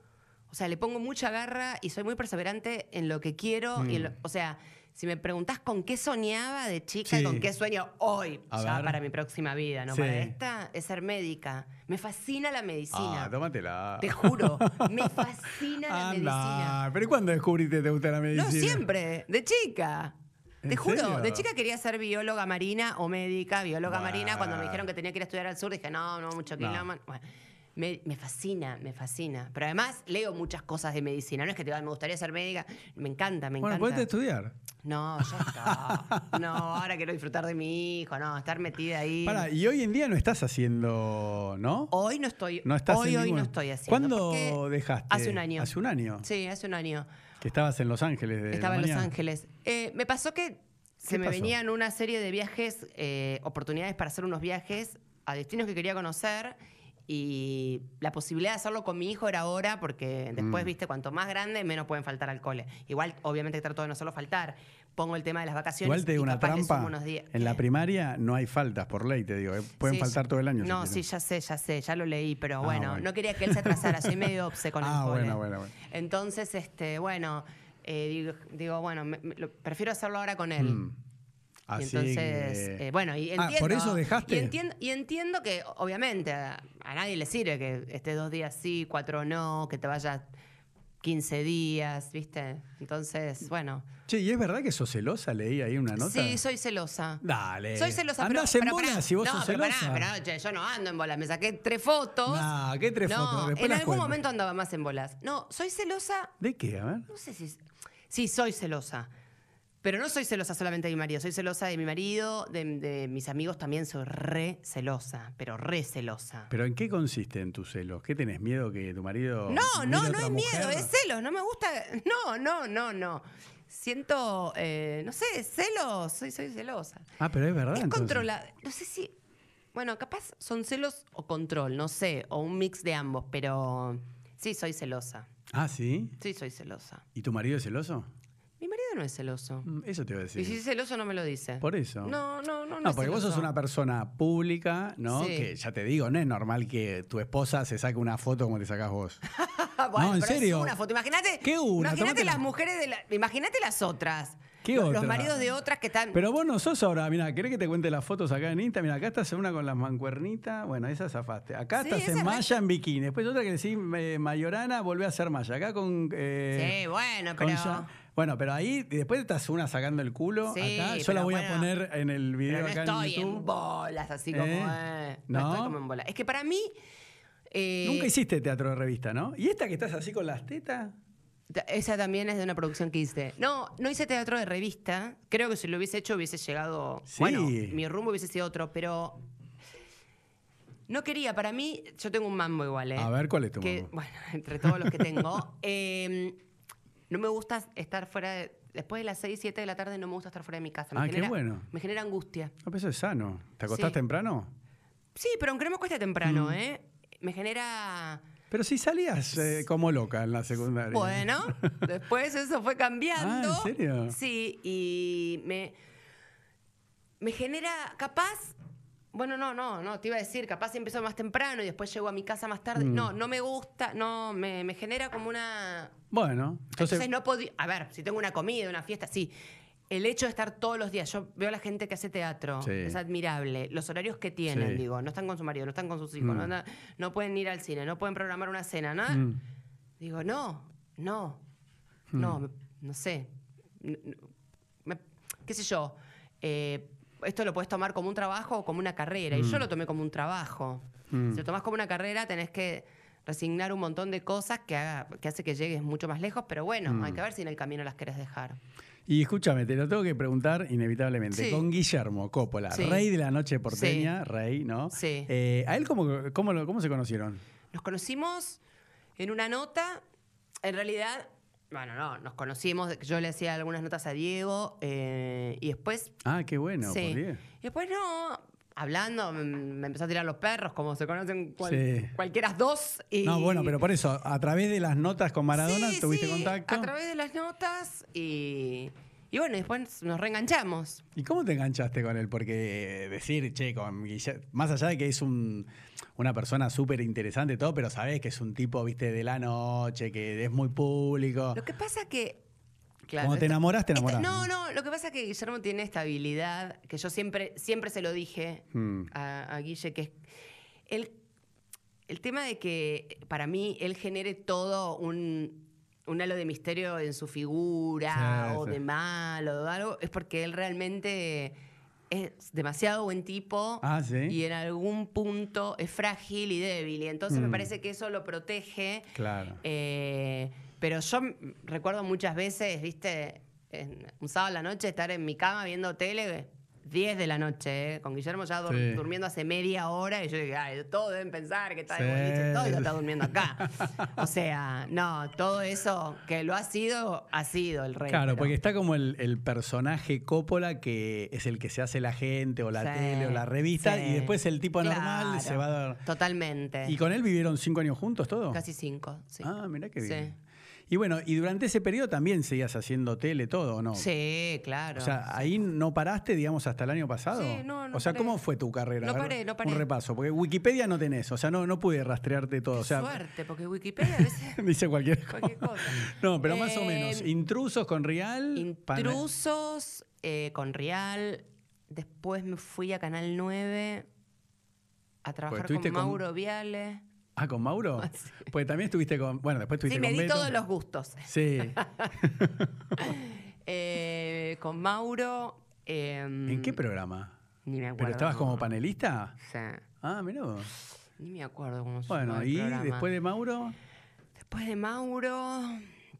B: O sea, le pongo mucha garra y soy muy perseverante en lo que quiero. y en lo- o sea, Si me preguntás con qué soñaba de chica y
A: Sí.
B: con qué sueño hoy,
A: A
B: ya
A: ver.
B: para mi próxima vida, ¿no?
A: Sí.
B: Para esta es ser médica. Me fascina la medicina.
A: Ah, tómatela.
B: Te
A: [laughs]
B: juro, me fascina la medicina.
A: Anda, ¿Pero ¿y cuándo descubriste que te gusta la medicina?
B: No, siempre, de chica. Te
A: ¿En
B: juro,
A: serio?
B: de chica quería ser bióloga marina o médica, bióloga
A: Bah.
B: marina. Cuando me dijeron que tenía que ir a estudiar al sur, dije, no, no, mucho
A: No.
B: quilombo. Bueno, me, me fascina, me fascina. Pero además leo muchas cosas de medicina. No es que te diga, me gustaría ser médica. Me encanta, me
A: Bueno, ponete a
B: encanta.
A: estudiar.
B: no, ya
A: [laughs]
B: está. No, ahora quiero disfrutar de mi hijo. No, estar metida ahí.
A: Pará, y hoy en día no estás haciendo, ¿no?
B: Hoy no estoy.
A: No estás
B: hoy,
A: en
B: hoy
A: ningún-
B: no estoy haciendo.
A: ¿Cuándo
B: porque
A: dejaste?
B: Hace un año.
A: Hace un año.
B: Sí, hace un año.
A: Que estabas en Los Ángeles. de la
B: Estaba en Los
A: mañana.
B: Ángeles. Eh, me pasó que se me
A: pasó?
B: venían una serie de viajes, eh, oportunidades para hacer unos viajes a destinos que quería conocer y la posibilidad de hacerlo con mi hijo era ahora porque después,
A: Mm.
B: viste, cuanto más grande, menos pueden faltar al cole. Igual, obviamente, trato de no solo faltar. Pongo el tema de las vacaciones.
A: Igual te digo
B: y
A: una
B: capaz le
A: trampa.
B: sumo unos días.
A: En la
B: ¿Qué?
A: primaria no hay faltas por ley, te digo. eh. Pueden
B: Sí,
A: faltar
B: sí.
A: todo el año. si
B: No, sí,
A: quieren.
B: ya sé, ya sé, ya lo leí, pero
A: Ah,
B: bueno,
A: bueno.
B: no quería que él se atrasara, soy medio
A: [laughs]
B: obse con
A: Ah,
B: el cole.
A: bueno, bueno, bueno.
B: Entonces, este, bueno, eh, digo, digo, bueno, me- me- lo- prefiero hacerlo ahora con él.
A: Mm.
B: Y
A: Así
B: entonces,
A: que-
B: eh, bueno, y
A: Ah,
B: entiendo.
A: por eso dejaste.
B: Y entiendo, y entiendo que, obviamente, a, a nadie le sirve que estés dos días sí, cuatro no, que te vayas 15 días, ¿viste? Entonces, bueno.
A: Che, ¿y es verdad que sos celosa? Leí ahí una nota.
B: Sí, soy celosa.
A: Dale.
B: Soy celosa,
A: Eh, Andás
B: pero,
A: en
B: pero
A: bolas
B: pará.
A: si vos
B: no,
A: sos
B: pero pará,
A: celosa.
B: pero, che, yo no ando en bolas. Me saqué tres fotos.
A: Nah, ¿qué tres
B: no,
A: fotos? Después
B: en
A: las
B: algún
A: cuento.
B: momento andaba más en bolas. No, soy celosa.
A: ¿De qué? A ver.
B: No sé si. Sí, soy celosa. Pero no soy celosa solamente de mi marido. Soy celosa de mi marido, de, de mis amigos también. Soy re celosa, pero re celosa.
A: ¿Pero en qué consiste en tus celos? ¿Qué tenés miedo que tu marido.?
B: No, no,
A: mire a
B: no
A: otra
B: es miedo,
A: mujer?
B: es celos. No me gusta. No, no, no, no. Siento, eh, no sé, celos. Soy, soy celosa.
A: Ah, pero es verdad.
B: Es
A: entonces.
B: controlada. No sé si. Bueno, capaz son celos o control, no sé, o un mix de ambos, pero sí soy celosa.
A: Ah, sí.
B: Sí soy celosa.
A: ¿Y tu marido es celoso?
B: Mi marido no es celoso.
A: Mm, Eso te iba a decir.
B: Y si es celoso no me lo dice.
A: Por eso.
B: No, no, no, no.
A: No,
B: es
A: porque vos sos
B: celoso.
A: una
B: [laughs]
A: persona pública, ¿no?
B: Sí.
A: Que ya te digo, no es normal que tu esposa se saque una foto como te sacás vos.
B: Ah, bueno,
A: No, en
B: pero es
A: serio.
B: una foto. Imagínate.
A: ¿Qué una?
B: Imagínate
A: Tómatela.
B: las mujeres de la, Imagínate las otras.
A: ¿Qué
B: los, los
A: otra?
B: maridos de otras que están.
A: Pero vos no sos ahora, mira, ¿querés que te cuente las fotos acá en Insta? Mira, acá estás en una con las mancuernitas, bueno, esa zafaste. Acá
B: Sí,
A: estás
B: esa
A: en
B: es
A: malla en bikini, después otra que decís eh, mayorana, volvé a ser malla. Acá con... eh,
B: sí, bueno,
A: con
B: pero.
A: ya- bueno, pero ahí después estás una sacando el culo.
B: Sí,
A: acá. Yo
B: pero
A: la voy a
B: bueno,
A: poner en el video
B: Pero no
A: acá
B: estoy
A: en YouTube.
B: en bolas, así como.
A: ¿Eh?
B: eh, No,
A: ¿No?
B: estoy como en bolas. Es que para mí. eh,
A: Nunca hiciste teatro de revista, ¿no? ¿Y esta que estás así con las tetas?
B: Ta- Esa también es de una producción que hice. No, no hice teatro de revista. Creo que si lo hubiese hecho hubiese llegado.
A: Sí.
B: Bueno, mi rumbo hubiese sido otro, pero. No quería, para mí, yo tengo un mambo igual, ¿eh?
A: A ver, ¿cuál es tu
B: que,
A: mambo?
B: Bueno, [laughs] entre todos los que tengo. eh, no me gusta estar fuera de. Después de las 6, 7 de la tarde no me gusta estar fuera de mi casa. Me
A: Ah, qué
B: genera-
A: bueno.
B: Me genera angustia.
A: No, pero eso es sano. ¿Te acostás
B: Sí.
A: temprano?
B: Sí, pero aunque no me cueste
A: Mm.
B: temprano, ¿eh? Me genera.
A: Pero si salías eh, como loca en la secundaria.
B: Bueno,
A: [laughs]
B: después eso fue cambiando.
A: Ah, ¿en serio?
B: Sí, y me, me genera, capaz, bueno, no, no, no, te iba a decir, capaz empiezo más temprano y después llego a mi casa más tarde. No,
A: Mm.
B: no me gusta, no, me, me genera como una...
A: Bueno,
B: Entonces,
A: entonces.
B: no podía, a ver, si tengo una comida, una fiesta, sí. El hecho de estar todos los días, yo veo a la gente que hace teatro,
A: Sí.
B: es admirable, los horarios que tienen,
A: Sí.
B: digo, no están con su marido, no están con sus hijos,
A: Mm.
B: no, andan- no pueden ir al cine, no pueden programar una cena, nada.
A: Mm.
B: Digo, no, no, no, me- no sé. N- n- me- ¿Qué sé yo? eh, esto lo puedes tomar como un trabajo o como una carrera. Y yo lo tomé como un trabajo. Si lo tomás como una carrera, tenés que resignar un montón de cosas que, haga, que hace que llegues mucho más lejos, pero bueno, hay que ver si en el camino las querés dejar.
A: Y escúchame, te lo tengo que preguntar inevitablemente.
B: Sí.
A: Con Guillermo Coppola,
B: Sí.
A: rey de la noche porteña, rey, ¿no?
B: Sí.
A: Eh, ¿A él cómo, cómo, lo- cómo se conocieron?
B: Nos conocimos en una nota. En realidad, bueno, no, nos conocimos. Yo le hacía algunas notas a Diego eh, y después
A: Ah, qué bueno,
B: Sí.
A: por 10.
B: Y después no, hablando, mm, me empezó a tirar los perros, como se conocen cual-
A: Sí.
B: cualquiera dos. Y...
A: No, bueno, pero por eso, a través de las notas con Maradona
B: Sí,
A: tuviste
B: sí,
A: contacto.
B: A través de las notas y. Y bueno, después nos reenganchamos.
A: ¿Y cómo te enganchaste con él? Porque eh, decir, che, con Guille- más allá de que es un- una persona súper interesante y todo, pero sabés que es un tipo, viste, de la noche, que es muy público.
B: Lo que pasa que Claro,
A: Cuando te
B: esto-
A: enamoras, te
B: esto-
A: enamoras.
B: no, no, lo que pasa es que Guillermo tiene esta habilidad, que yo siempre, siempre se lo dije
A: Mm.
B: a, a Guille, que es el, el tema de que para mí él genere todo un, un halo de misterio en su figura
A: Sí,
B: o
A: sí.
B: de malo o algo, es porque él realmente es demasiado buen tipo
A: Ah, sí.
B: y en algún punto es frágil y débil. Y entonces
A: Hmm.
B: me parece que eso lo protege.
A: Claro.
B: Eh, pero yo m- recuerdo muchas veces, viste, en- un sábado a la noche estar en mi cama viendo tele, 10 de la noche, eh, con Guillermo ya dur-
A: Sí.
B: durmiendo hace media hora, y yo dije, ay, todos deben pensar que está de
A: Sí.
B: boliche, todo y lo está durmiendo acá. [laughs] o sea, no, todo eso que lo ha sido, ha sido el rey.
A: Claro,
B: pero-
A: porque está como el, el personaje Coppola que es el que se hace la gente o la
B: Sí,
A: tele o la revista
B: sí.
A: y después el tipo normal
B: Claro,
A: se va a dar.
B: Totalmente.
A: ¿Y con él vivieron cinco años juntos todo?
B: Casi cinco, sí.
A: Ah, mirá qué
B: Sí.
A: bien. Y bueno, y durante ese periodo también seguías haciendo tele todo, ¿o no?
B: Sí, claro.
A: O sea, ahí no paraste, digamos, hasta el año pasado.
B: Sí, no, no
A: O sea,
B: paré.
A: ¿cómo fue tu carrera?
B: No
A: A ver,
B: paré, no paré.
A: Un repaso, porque Wikipedia no tenés, o sea, no, no pude rastrearte todo.
B: Qué
A: o sea,
B: suerte, porque Wikipedia a veces...
A: [laughs] dice cualquier cosa.
B: Cualquier cosa.
A: [laughs] No, pero más o
B: Eh,
A: menos. Intrusos con Real.
B: Intrusos eh, con Real. Después me fui a Canal 9 a trabajar
A: estuviste
B: con
A: Pues, con-
B: Mauro Viale.
A: Ah, con Mauro.
B: [laughs] Sí.
A: Pues también estuviste con. Bueno, después estuviste
B: Sí, me
A: con
B: di
A: Beto.
B: todos los gustos. [laughs]
A: Sí.
B: Eh, con Mauro. eh,
A: ¿En qué programa?
B: Ni me acuerdo.
A: ¿Pero estabas como panelista?
B: Sí,
A: Ah, mirá. vos.
B: ni me acuerdo cómo se
A: Bueno,
B: llamaba el
A: y
B: programa.
A: después de Mauro.
B: Después de Mauro,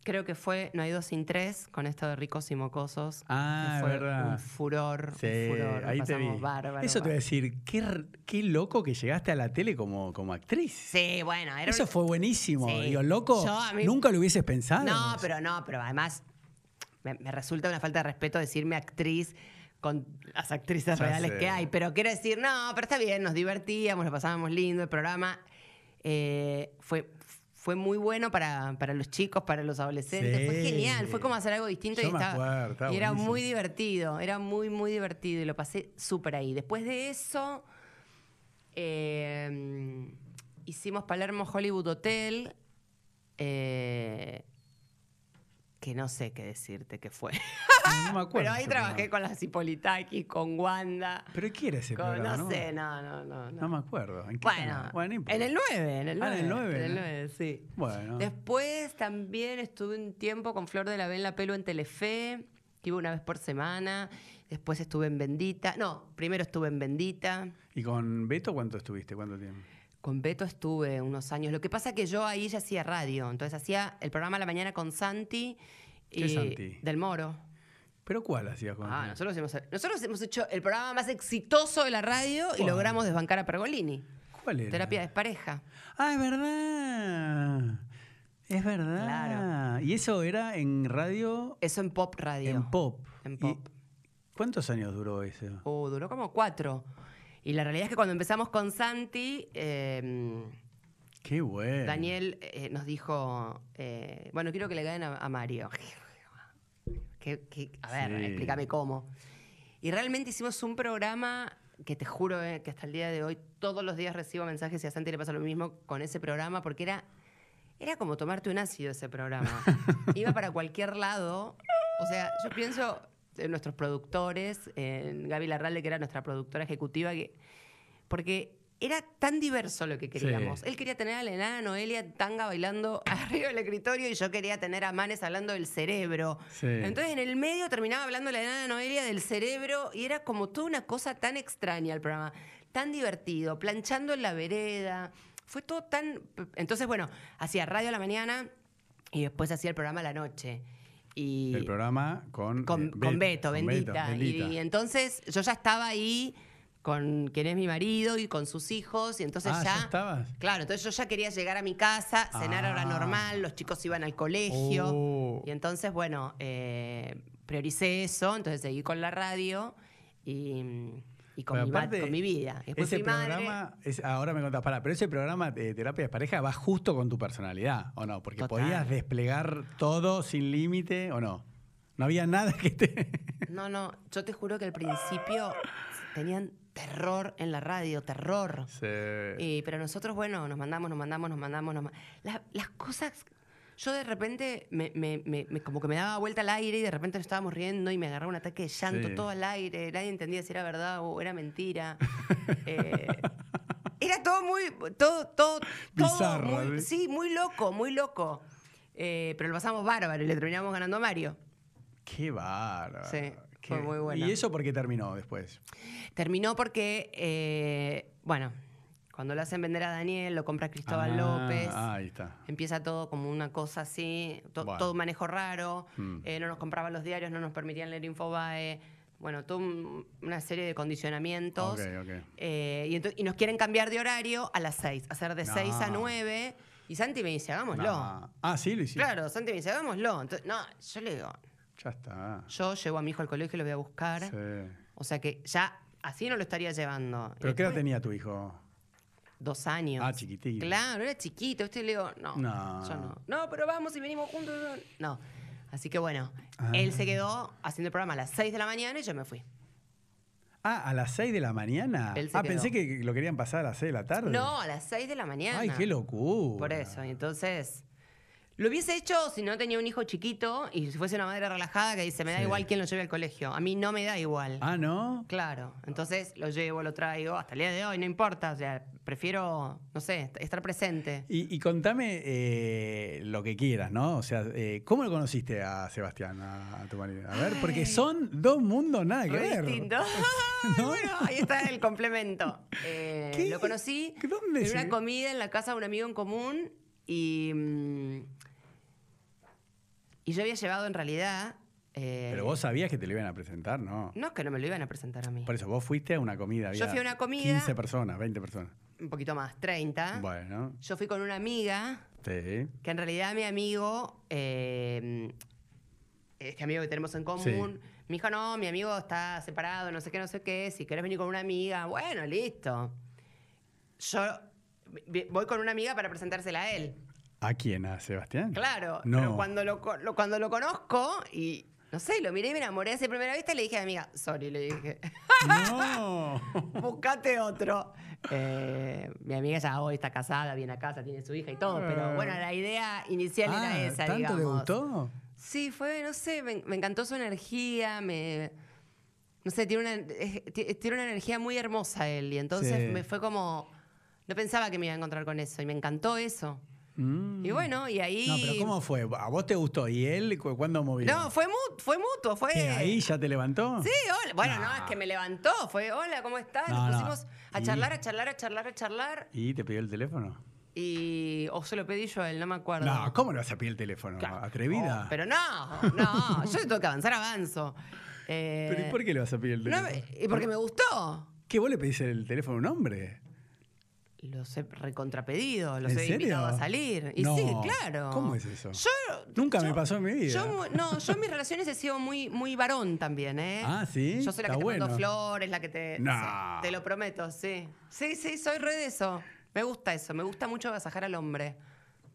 B: creo que fue No hay dos sin tres, con esto de Ricos y Mocosos. que
A: Ah,
B: fue
A: verdad.
B: Un furor,
A: Sí,
B: un furor.
A: ahí te
B: pasamos
A: vi.
B: bárbaro,
A: Eso te voy a
B: bárbaro.
A: decir, qué, r- qué loco que llegaste a la tele como, como actriz.
B: Sí, bueno, era
A: Eso
B: un-
A: fue buenísimo.
B: Sí.
A: Digo, loco,
B: Yo a mí-
A: nunca lo hubieses pensado.
B: No, pero no, pero además me, me resulta una falta de respeto decirme actriz con las actrices
A: Ya
B: reales
A: sé.
B: que hay. Pero quiero decir, no, pero está bien, nos divertíamos, lo pasábamos lindo, el programa eh, fue, fue muy bueno para, para los chicos, para los adolescentes, fue
A: Sí.
B: genial, fue como hacer algo distinto
A: Yo
B: y,
A: me
B: estaba-
A: acuerdo, estaba
B: y era
A: buenísimo.
B: muy divertido, era muy, muy divertido y lo pasé súper ahí. Después de eso... Eh, hicimos Palermo Hollywood Hotel. eh, que no sé qué decirte que fue. [laughs]
A: No me acuerdo.
B: Pero ahí
A: ese
B: trabajé
A: programa.
B: con las Hipolitakis, con Wanda.
A: ¿Pero qué era ese
B: con-
A: programa?
B: no, sé, no, no, no. no.
A: No me acuerdo. ¿En qué
B: bueno,
A: canal? bueno, no importa.
B: en el 9, en el 9.
A: Ah, en el 9,
B: en el
A: ¿no?
B: 9, sí.
A: Bueno.
B: Después también estuve un tiempo con Flor de la Vela Pelo en Telefe, que iba una vez por semana. Después estuve en Bendita. No, primero estuve en Bendita.
A: ¿Y con Beto cuánto estuviste? ¿Cuánto tiempo?
B: Con Beto estuve unos años. Lo que pasa que yo ahí ya hacía radio. Entonces hacía el programa a la mañana con Santi.
A: ¿Qué Santi?
B: Del Moro.
A: ¿Pero cuál hacías con
B: Ah, nosotros hemos, nosotros hemos hecho el programa más exitoso de la radio y
A: ¿Cuál?
B: logramos desbancar a Pergolini.
A: ¿Cuál era?
B: Terapia de pareja.
A: Ah, es verdad. Es verdad.
B: Claro.
A: Y eso era en radio,
B: Eso en pop radio.
A: en pop.
B: En
A: ¿Y
B: pop.
A: ¿Cuántos años duró eso?
B: Oh, duró como cuatro. Y la realidad es que cuando empezamos con Santi, eh,
A: Qué bueno.
B: Daniel eh, nos dijo, eh, bueno, quiero que le ganen a, a Mario. [laughs] Que- que- a ver,
A: Sí.
B: explícame cómo. Y realmente hicimos un programa que te juro eh, que hasta el día de hoy todos los días recibo mensajes y a Santi le pasa lo mismo con ese programa porque era, era como tomarte un ácido ese programa. Iba para cualquier lado. O sea, yo pienso en nuestros productores, en Gaby Larralde, que era nuestra productora ejecutiva, que porque era tan diverso lo que queríamos. Él quería tener a la enana Noelia Tanga bailando [laughs] arriba del escritorio y yo quería tener a Manes hablando del cerebro.
A: Sí.
B: Entonces en el medio terminaba hablando la enana Noelia del cerebro y era como toda una cosa tan extraña el programa, tan divertido, planchando en la vereda. Fue todo tan... Entonces, bueno, hacía radio a la mañana y después hacía el programa a la noche. Y
A: El programa con,
B: con,
A: eh,
B: con Beto,
A: con
B: bendita.
A: Bendita.
B: Y, entonces yo ya estaba ahí con quien es mi marido y con sus hijos, y entonces
A: Ah,
B: ya...
A: ¿ya estabas?
B: Claro, entonces yo ya quería llegar a mi casa, cenar a hora
A: Ah.
B: normal, los chicos iban al colegio,
A: Oh.
B: y entonces, bueno, eh, prioricé eso, entonces seguí con la radio y, y con,
A: Pero
B: mi, va-
A: aparte,
B: con mi vida. Después
A: ese
B: fui madre.
A: programa, es- ahora me contás, pará, pero ese programa de terapia de pareja va justo con tu personalidad, ¿o no? Porque
B: Total.
A: podías desplegar todo sin límite, ¿o no? No había nada que te...
B: No, no, yo te juro que al principio tenían terror en la radio, terror.
A: Se-
B: Eh, pero nosotros, bueno, nos mandamos, nos mandamos, nos mandamos, nos ma- La- las cosas Yo de repente, me, me- me- me- como que me daba vuelta al aire y de repente nos estábamos riendo y me agarraba un ataque de llanto
A: Sí.
B: todo al aire. Nadie entendía si era verdad o era mentira. [laughs] Eh, era todo muy. Todo, todo. todo
A: Bizarro,
B: muy-
A: ¿eh?
B: sí, muy loco, muy loco. Eh, pero lo pasamos bárbaro y le terminamos ganando a Mario.
A: Qué bárbaro.
B: Sí,
A: Qué-
B: fue muy buena.
A: ¿Y eso por qué terminó después?
B: Terminó porque, eh, bueno, cuando lo hacen vender a Daniel, lo compra Cristóbal
A: Ah,
B: López.
A: Ahí está.
B: Empieza todo como una cosa así, to-
A: Bueno.
B: todo un manejo raro.
A: Mm.
B: eh, no nos compraban los diarios, no nos permitían leer Infobae. Bueno, toda una serie de condicionamientos.
A: Ok, ok.
B: Eh, y, ento- y nos quieren cambiar de horario a las 6, hacer de 6 a
A: No.
B: 9. Y Santi me dice, hagámoslo.
A: No. Ah, sí, lo hiciste.
B: Claro, Santi me dice, hagámoslo. Entonces, no, yo le digo,
A: Ya está.
B: yo llevo a mi hijo al colegio y lo voy a buscar.
A: Sí.
B: O sea que ya así no lo estaría llevando. Y
A: ¿Pero qué edad
B: después,
A: tenía tu hijo?
B: Dos años.
A: Ah, chiquitito.
B: Claro, era chiquito. Usted le digo, no,
A: No.
B: yo no. No, pero vamos y venimos juntos. No. Así que bueno, él se quedó haciendo el programa a las 6 de la mañana y yo me fui.
A: Ah, a las 6 de la mañana.
B: Él se
A: Ah,
B: quedó.
A: pensé que lo querían pasar a las 6 de la tarde.
B: No, a las 6 de la mañana.
A: Ay, qué locura.
B: Por eso, y entonces. Lo hubiese hecho si no tenía un hijo chiquito y si fuese una madre relajada que dice, me da
A: Sí.
B: igual quién lo lleve al colegio. A mí no me da igual.
A: Ah, ¿no?
B: Claro, entonces lo llevo, lo traigo, hasta el día de hoy, no importa, o sea, prefiero, no sé, est- estar presente.
A: Y, y contame eh, lo que quieras, ¿no? O sea, eh, ¿cómo lo conociste a Sebastián, a, a tu marido? A ver, porque son dos mundos nada que ver.
B: Re [laughs] distinto.
A: [laughs] ¿No?
B: bueno, ahí está el complemento. Eh,
A: ¿Qué?
B: Lo conocí
A: ¿Dónde
B: en una
A: se-
B: comida en la casa de un amigo en común y, mm, y yo había llevado en realidad... eh,
A: Pero vos sabías que te lo iban a presentar, ¿no?
B: No es que no me lo iban a presentar a mí.
A: Por eso, vos fuiste a una comida.
B: Yo
A: había
B: fui a una comida. Ah.
A: 15 personas, 20 personas.
B: Un poquito más, 30.
A: Bueno,
B: Yo fui con una amiga
A: sí.
B: que en realidad mi amigo, eh, este amigo que tenemos en común, me dijo, no, mi amigo está separado, no sé qué, no sé qué, si querés venir con una amiga, bueno, listo. Yo vi- voy con una amiga para presentársela a él,
A: ¿A quién? ¿A Sebastián?
B: claro,
A: No.
B: pero cuando lo, co- lo- cuando lo conozco y... No sé, lo miré y me enamoré así a primera vista y le dije a mi amiga, sorry, le dije,
A: [laughs]
B: [laughs]
A: No.
B: buscate otro. Eh, mi amiga ya hoy está casada, viene a casa, tiene su hija y todo, pero bueno, la idea inicial
A: Ah,
B: era esa,
A: ¿Tanto
B: digamos.
A: te gustó?
B: Sí, fue, no sé, me, me encantó su energía, me... No sé, tiene una, es- ti- tiene una energía muy hermosa él y entonces
A: Sí.
B: me fue como... No pensaba que me iba a encontrar con eso y me encantó eso.
A: Mm.
B: Y bueno, y ahí...
A: No, pero ¿cómo fue? ¿A vos te gustó? ¿Y él cu- cuándo movió?
B: No, fue, mu- fue mutuo, fue...
A: ¿Qué, ¿Ahí ya te levantó?
B: Sí, hola. Bueno, no.
A: No.
B: es que me levantó, fue, hola, ¿cómo estás?
A: No, no.
B: Nos pusimos a
A: Y-
B: charlar, a charlar, a charlar, a charlar
A: ¿Y te pidió el teléfono?
B: y... O se lo pedí yo a él, no me acuerdo.
A: No, ¿cómo le vas a pedir el teléfono?
B: Claro.
A: ¿Atrevida?
B: Oh, pero no, no, yo tengo que avanzar, avanzo. Eh,
A: ¿Pero ¿y por qué le vas a pedir el
B: No,
A: teléfono?
B: y porque me gustó.
A: ¿Qué vos le pedís el teléfono a un hombre?
B: Los he recontrapedido, los
A: ¿En
B: he
A: serio?
B: invitado a salir. Y
A: No.
B: sí, claro.
A: ¿Cómo es eso?
B: Yo,
A: Nunca
B: yo-
A: me pasó en mi vida.
B: Yo, mu- no, yo en mis relaciones he sido muy, muy varón también, ¿eh?
A: [laughs] Ah, ¿sí?
B: Yo soy la
A: Está
B: que te mando
A: bueno.
B: flores, la que te.
A: No.
B: sí, te lo prometo, sí. Sí, sí, soy re de eso. Me gusta eso, me gusta mucho agasajar al hombre.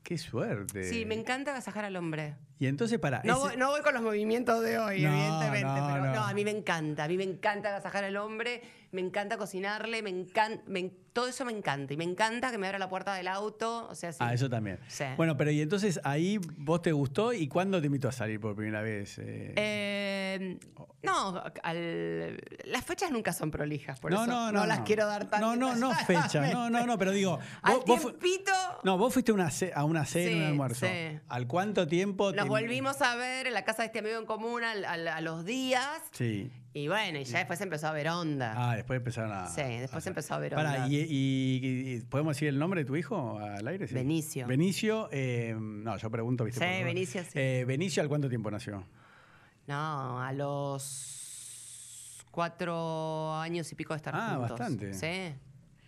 A: ¡Qué suerte!
B: Sí, me encanta agasajar al hombre.
A: Y entonces, para.
B: No, voy, no voy con los movimientos de hoy,
A: No,
B: evidentemente,
A: no,
B: pero
A: no.
B: no. a mí me encanta, a mí me encanta agasajar al hombre, me encanta cocinarle, me encanta, todo eso me encanta y me encanta que me abra la puerta del auto, o sea, sí.
A: Ah, eso también.
B: Sí.
A: Bueno, pero y entonces ahí vos te gustó y cuándo te invitó a salir por primera vez? Eh,
B: Eh, no, al- las fechas nunca son prolijas, por
A: no,
B: eso
A: no,
B: no,
A: no,
B: las
A: no.
B: quiero dar tan
A: No, no, no
B: [laughs]
A: fecha. No, no, no, pero digo.
B: Al
A: vos- vos fu-
B: tiempito.
A: no, vos fuiste a una ce- a una cena, un
B: Sí,
A: almuerzo.
B: sí.
A: ¿Al cuánto tiempo?
B: Nos
A: te-
B: volvimos a ver en la casa de este amigo en común al- al- a los días
A: Sí.
B: y bueno, y ya después empezó a ver onda.
A: Ah, después empezaron a.
B: Sí, después empezó a ver
A: Pará,
B: onda.
A: y, y- y- y- podemos decir el nombre de tu hijo al aire? Sí.
B: Benicio.
A: Benicio, eh, no, yo pregunto, ¿viste?
B: Sí,
A: por-
B: Benicio, sí.
A: Eh, Benicio, ¿al cuánto tiempo nació?
B: No, a los cuatro años y pico de estar
A: Ah,
B: juntos.
A: bastante.
B: Sí,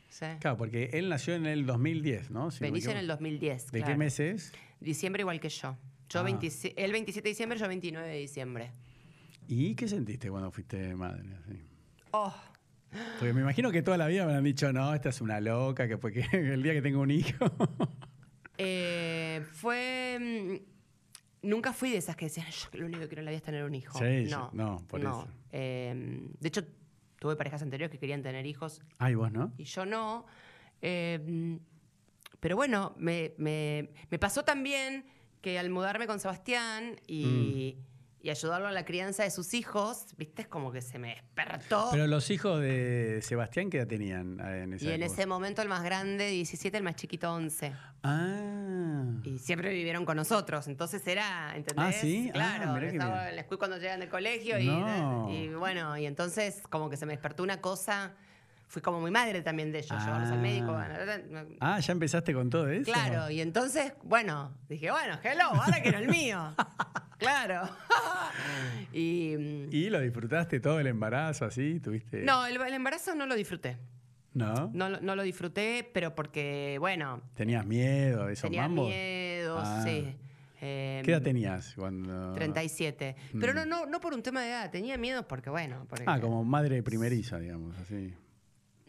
B: sí.
A: Claro, porque él nació en el 2010, ¿no? Si no me
B: Benicio en el
A: equivoco.
B: 2010,
A: ¿De
B: claro.
A: qué mes es?
B: Diciembre igual que yo. Yo
A: Ah.
B: 27 el 27 de diciembre, yo 29 de diciembre.
A: ¿Y qué sentiste cuando fuiste madre? así?
B: Oh,
A: Porque me imagino que toda la vida me han dicho, no, esta es una loca, que [laughs] porque el día que tengo un hijo. [laughs]
B: eh, fue... mm, Nunca fui de esas que decían, yo lo único que quiero en la vida es tener un hijo.
A: Sí, sí,
B: no,
A: no, por
B: no.
A: eso.
B: Eh, de hecho, tuve parejas anteriores que querían tener hijos
A: Ay, vos, ¿no?
B: y yo no. Em, Eh, pero bueno, me, me- me pasó también que al mudarme con Sebastián y,
A: Mm.
B: y ayudarlo a la crianza de sus hijos, viste, es como que se me despertó.
A: Pero los hijos de Sebastián, ¿qué edad tenían eh, en esa
B: y en
A: época?
B: ese momento el más grande, 17, el más chiquito, 11.
A: Ah.
B: Y siempre vivieron con nosotros, entonces era, ¿entendés?
A: Ah, ¿sí? Ah,
B: Claro,
A: mirá qué
B: estaba
A: bien.
B: en la escuela cuando llegan del colegio y,
A: No.
B: y bueno, y entonces como que se me despertó una cosa, fui como mi madre también de ellos, llevarlos al
A: Ah.
B: médico. bueno,
A: Ah, ya empezaste con todo eso.
B: Claro, y entonces, bueno, dije, bueno, hello, ahora que era
A: [laughs]
B: el mío. claro. [laughs] y mm,
A: ¿Y lo disfrutaste todo el embarazo así? ¿Tuviste.?
B: no, el, el embarazo no lo disfruté.
A: ¿No?
B: No, lo- no lo disfruté, pero porque, bueno,
A: ¿Tenías miedo de esos
B: tenía
A: mambos?
B: miedo,
A: Ah.
B: sí. Eh,
A: ¿Qué edad tenías cuando.?
B: 37. Pero no, no, no por un tema de edad, tenía miedo porque, bueno, porque
A: Ah, como madre primeriza, digamos, así.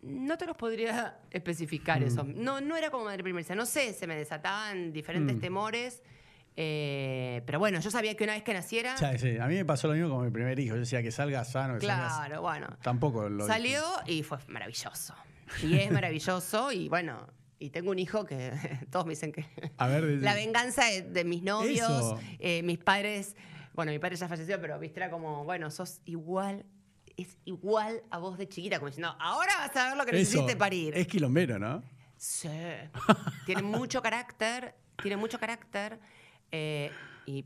B: no te los podría [laughs] especificar eso.
A: Mm.
B: No, no era como madre primeriza, no sé, se me desataban
A: Mm.
B: diferentes temores. eh, pero bueno, yo sabía que una vez que naciera,
A: Ya, sí, A mí me pasó lo mismo con mi primer hijo. Yo decía que salga sano, que salga
B: claro, bueno.
A: Tampoco lo
B: Salió y fue maravilloso. Y es maravilloso y bueno, y tengo un hijo que [laughs] todos me dicen que...
A: A ver, de-
B: La venganza de, de mis novios,
A: Eso.
B: eh, mis padres... Bueno, mi padre ya falleció, pero viste, era como, bueno, sos igual, es igual a vos de chiquita, como diciendo, ahora vas a ver lo que
A: Eso,
B: necesites parir.
A: Es quilombero, ¿no?
B: Sí. Tiene mucho carácter, tiene mucho carácter eh, y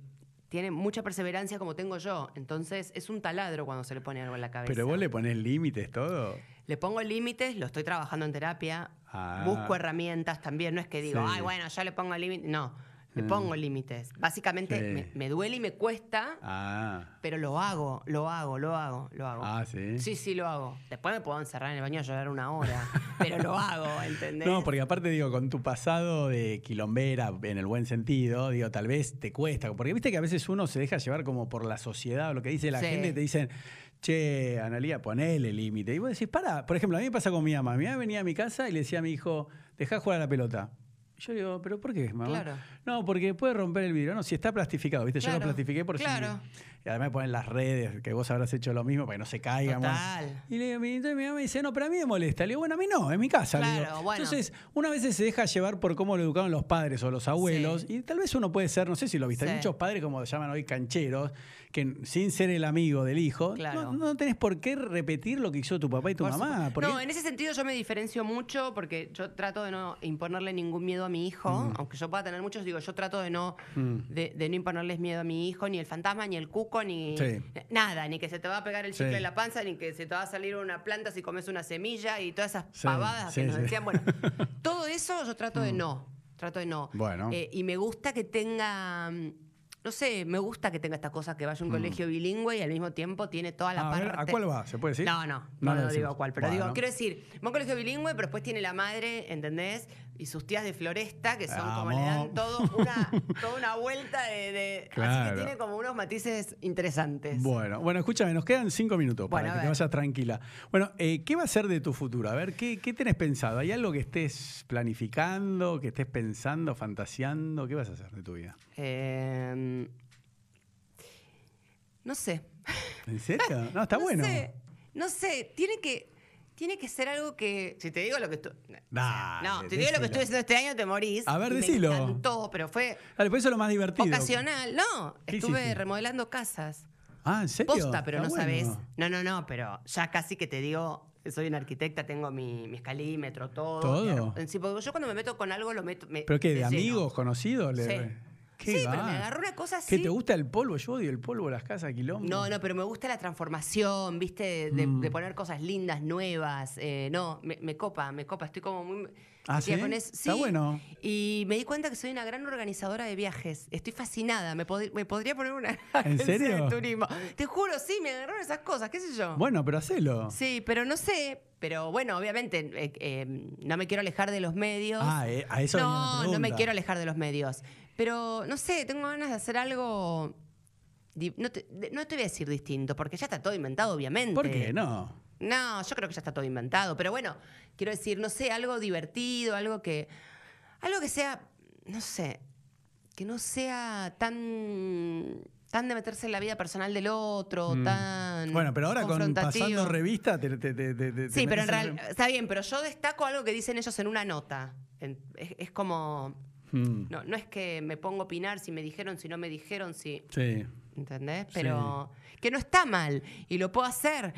B: tiene mucha perseverancia como tengo yo. Entonces es un taladro cuando se le pone algo en la cabeza.
A: Pero vos le ponés límites, todo.
B: Le pongo límites, lo estoy trabajando en terapia,
A: Ah.
B: busco herramientas también, no es que digo,
A: Sí. Mm.
B: ay, bueno, yo le pongo límites, no, le pongo límites. Básicamente
A: Sí.
B: me, me duele y me cuesta,
A: Ah.
B: pero lo hago, lo hago, lo hago, lo hago.
A: Ah, sí.
B: Sí, sí, lo hago. Después me puedo encerrar en el baño a llorar una
A: [laughs]
B: hora, pero lo hago, ¿entendés?
A: No, porque aparte digo, con tu pasado de quilombera en el buen sentido, digo, tal vez te cuesta, porque viste que a veces uno se deja llevar como por la sociedad o lo que dice la
B: Sí.
A: gente, te dicen, che, Analía, ponele límite. Y vos decís, para, por ejemplo, a mí me pasa con mi mamá, mi mamá venía a mi casa y le decía a mi hijo, dejá jugar a la pelota. Y Yo digo, ¿pero por qué, mamá?
B: Claro.
A: No, porque puede romper el vidrio. No, si está plastificado, ¿viste? Yo
B: Claro,
A: lo plastifiqué por si-
B: claro.
A: Y además ponen las redes, que vos habrás hecho lo mismo para que no se caiga. bueno.
B: Total.
A: Y le digo, mi, entonces mi mamá me dice, no, pero a mí me molesta. Le digo, bueno, a mí no, es mi casa. le digo.
B: Claro, bueno.
A: Entonces, una vez se deja llevar por cómo lo educaron los padres o los abuelos, y tal vez uno puede ser, no sé si lo viste,
B: Sí.
A: hay muchos padres, como llaman hoy, cancheros, que sin ser el amigo del hijo, no,
B: Claro.
A: no tenés por qué repetir lo que hizo tu papá y tu
B: Por
A: mamá.
B: supuesto.
A: porque-
B: No, en ese sentido yo me diferencio mucho porque yo trato de no imponerle ningún miedo a mi hijo,
A: Mm.
B: aunque yo pueda tener muchos, digo, yo trato de no, de, de no imponerles miedo a mi hijo, ni el fantasma, ni el cuco, ni
A: Sí.
B: nada, ni que se te va a pegar el
A: Sí.
B: chicle en la panza, ni que se te va a salir una planta si comes una semilla y todas esas
A: Sí,
B: pavadas que
A: sí,
B: nos
A: sí. [laughs]
B: decían. Bueno, todo eso yo trato de no, trato de no.
A: Bueno.
B: Eh, y me gusta que tenga... mm, No sé, me gusta que tenga esta cosa que
A: Mm.
B: vaya a un colegio bilingüe y al mismo tiempo tiene toda la
A: A ver,
B: parte...
A: ¿a cuál va? ¿Se puede decir?
B: No, no,
A: No lo
B: no, no
A: decimos.
B: digo cuál, pero
A: Bueno.
B: digo, quiero decir, va a un colegio bilingüe, pero después tiene la madre, ¿entendés? Y sus tías de floresta, que son como le dan
A: Vamos.
B: todo una, toda una vuelta de... de- Así
A: Claro.
B: que tiene como unos matices interesantes.
A: Bueno, bueno, escúchame, nos quedan cinco minutos para
B: Bueno, a
A: que te
B: ver.
A: vayas tranquila. Bueno, eh, ¿qué va a ser de tu futuro? A ver, ¿qué, ¿qué tenés pensado? ¿Hay algo que estés planificando, que estés pensando, fantaseando? ¿Qué vas a hacer de tu vida?
B: Eh, no sé.
A: ¿En serio? No, está
B: No
A: bueno.
B: sé, no sé, tiene que... Tiene que ser algo que. Si te digo lo que estu-
A: Dale,
B: No, si te digo lo que
A: decilo.
B: estuve haciendo este año, te morís.
A: A ver,
B: Y
A: decilo.
B: Me encantó, pero fue
A: Dale, pues eso es lo más divertido.
B: ocasional. No,
A: ¿Qué
B: estuve
A: hiciste?
B: remodelando casas.
A: Ah, ¿en serio?
B: Posta, pero
A: Está
B: no
A: bueno.
B: sabes. No, no, no, pero ya casi que te digo, soy una arquitecta, tengo mi, mi escalímetro, todo.
A: Todo.
B: Claro. Sí, porque yo cuando me meto con algo lo meto. me-
A: ¿Pero qué? ¿De
B: lleno.
A: amigos, conocidos? Le-
B: Sí.
A: ¿Qué
B: Sí, pero
A: va?
B: me agarró una cosa así.
A: ¿Qué te gusta el polvo? Yo odio el polvo, las casas, quilombo. Mm.
B: No, no, pero me gusta la transformación, ¿viste? De, de- de poner cosas lindas, nuevas. eh, no, me, me copa, me copa. Estoy como muy.
A: ¿Ah,
B: metida
A: sí?
B: con eso.
A: Está bueno.
B: Y me di cuenta que soy una gran organizadora de viajes. Estoy fascinada. Me, pod- me podría poner una. [laughs]
A: ¿En serio?
B: agencia de turismo. Te juro, sí, me agarraron esas cosas, qué sé yo.
A: Bueno, pero hacelo.
B: Sí, pero no sé. Pero bueno, obviamente, eh, eh, no me quiero alejar de los medios.
A: Ah, eh, a eso venía la
B: No, no me
A: pregunta.
B: quiero alejar de los medios. Pero no sé, tengo ganas de hacer algo. di- No te, de- no te voy a decir distinto, porque ya está todo inventado, obviamente.
A: ¿Por qué no?
B: No, yo creo que ya está todo inventado. Pero bueno, quiero decir, no sé, algo divertido, algo que. Algo que sea. No sé. Que no sea tan. Tan de meterse en la vida personal del otro, tan.
A: Mm. Bueno, pero ahora con pasando
B: confrontativo.
A: revista te, te- te- te- te
B: Sí,
A: metes
B: pero en
A: la-
B: realidad. Está bien, pero yo destaco algo que dicen ellos en una nota. En- es, es como.
A: Mm,
B: No, no es que me pongo a opinar si me dijeron, si no me dijeron, si.
A: sí.
B: ¿Entendés? Pero. Que no está mal. Y lo puedo hacer.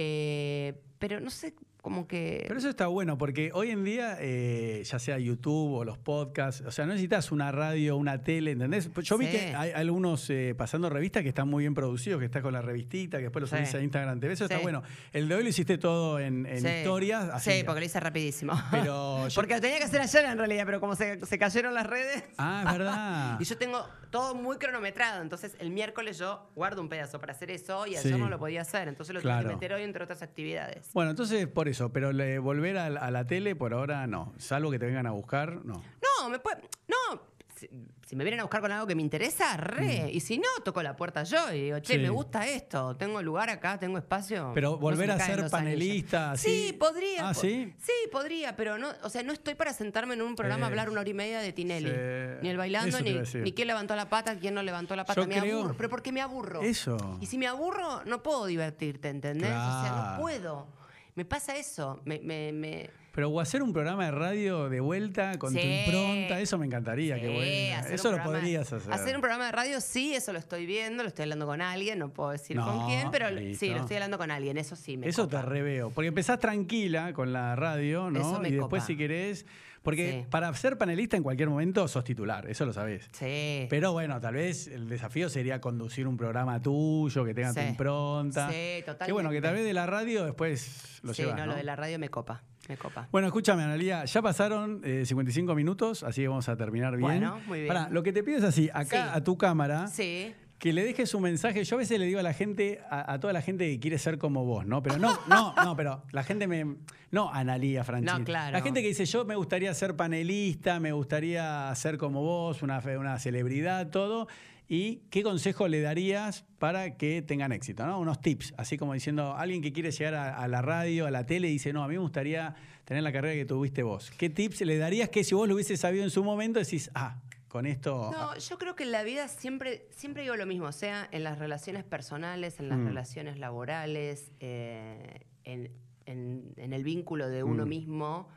B: eh, pero no sé, como que.
A: Pero eso está bueno, porque hoy en día, eh, ya sea YouTube o los podcasts, o sea, no necesitas una radio, una tele, ¿entendés? Pues Yo vi
B: Sí.
A: que hay algunos eh, pasando revistas que están muy bien producidos, que está con la revistita, que después lo
B: Sí.
A: subís a Instagram TV, eso está
B: Sí.
A: bueno. El de hoy lo hiciste todo en, en
B: Sí.
A: historias. así.
B: Sí, porque lo hice rapidísimo. [laughs]
A: Pero yo-
B: Porque lo tenía que hacer ayer en realidad, pero como se, se cayeron las redes.
A: Ah, es verdad.
B: [laughs] Y yo tengo todo muy cronometrado, entonces el miércoles yo guardo un pedazo para hacer eso y
A: Sí.
B: ayer no lo podía hacer, entonces lo tuve
A: Claro.
B: que meter hoy entre otras actividades.
A: Bueno, entonces por eso, pero le- volver a, la- a la tele por ahora no, salvo que te vengan a buscar, no.
B: No, me puede, no, si, si me vienen a buscar con algo que me interesa, re, y si no, toco la puerta yo y digo, che,
A: Mm. Sí.
B: me gusta esto, tengo lugar acá, tengo espacio.
A: Pero
B: No se
A: volver
B: me
A: a
B: caen
A: ser
B: los anillos.
A: panelista, así.
B: Sí, podría.
A: Ah,
B: po-
A: ¿sí?
B: podría, pero no, o sea, no estoy para sentarme en un
A: Eh,
B: programa a hablar una hora y media de Tinelli.
A: sí.
B: Ni el bailando,
A: Eso te
B: ni,
A: iba a decir.
B: ni quién levantó la pata, quién no levantó la pata.
A: Yo
B: me
A: creo-
B: aburro. Pero porque me aburro.
A: Eso.
B: Y si me aburro, no puedo divertirte, ¿entendés? O sea,
A: Claro.
B: no puedo. Me pasa eso. Me, me, me-
A: Pero o hacer un programa de radio de vuelta con tu
B: Sí.
A: impronta, eso me encantaría que
B: Sí,
A: vuelva.
B: Eh, hacer
A: Eso
B: un
A: lo
B: programa-
A: podrías hacer.
B: Hacer un programa de radio, sí, eso lo estoy viendo, lo estoy hablando con alguien, no puedo decir
A: No,
B: con quién, pero lo- sí,
A: listo.
B: lo estoy hablando con alguien, eso sí me
A: Eso te
B: copa.
A: reveo. Porque empezás tranquila con la radio, ¿no?
B: Eso me
A: y después
B: copa.
A: si querés. Porque
B: Sí.
A: para ser panelista en cualquier momento sos titular, eso lo sabés.
B: Sí.
A: Pero bueno, tal vez el desafío sería conducir un programa tuyo, que tenga tu
B: Sí.
A: impronta.
B: Sí,
A: Que bueno, que
B: totalmente.
A: tal vez de la radio después lo
B: sí,
A: llevas,
B: no,
A: ¿no?
B: lo de la radio me copa, me copa.
A: Bueno, escúchame, Analia, ya pasaron eh, 55 minutos, así que vamos a terminar bien.
B: Bueno, muy bien.
A: Pará, lo que te pido es así, acá
B: Sí.
A: a tu cámara,
B: Sí.
A: que le dejes un mensaje. Yo a veces le digo a la gente, a, a toda la gente que quiere ser como vos, ¿no? Pero no, no, no, pero la gente me. No, Analia, Franchini.
B: No, claro.
A: La gente que dice, yo me gustaría ser panelista, me gustaría ser como vos, una, fe- una celebridad, todo. ¿Y qué consejo le darías para que tengan éxito? ¿no? Unos tips, así como diciendo, alguien que quiere llegar a, a la radio, a la tele, y dice, no, a mí me gustaría tener la carrera que tuviste vos. ¿Qué tips le darías que si vos lo hubieses sabido en su momento, decís, ah, con esto...
B: No, yo creo que en la vida siempre, siempre digo lo mismo, o sea, en las relaciones personales,
A: Mm.
B: en las relaciones laborales, eh, en, en- en el vínculo de
A: Mm.
B: uno mismo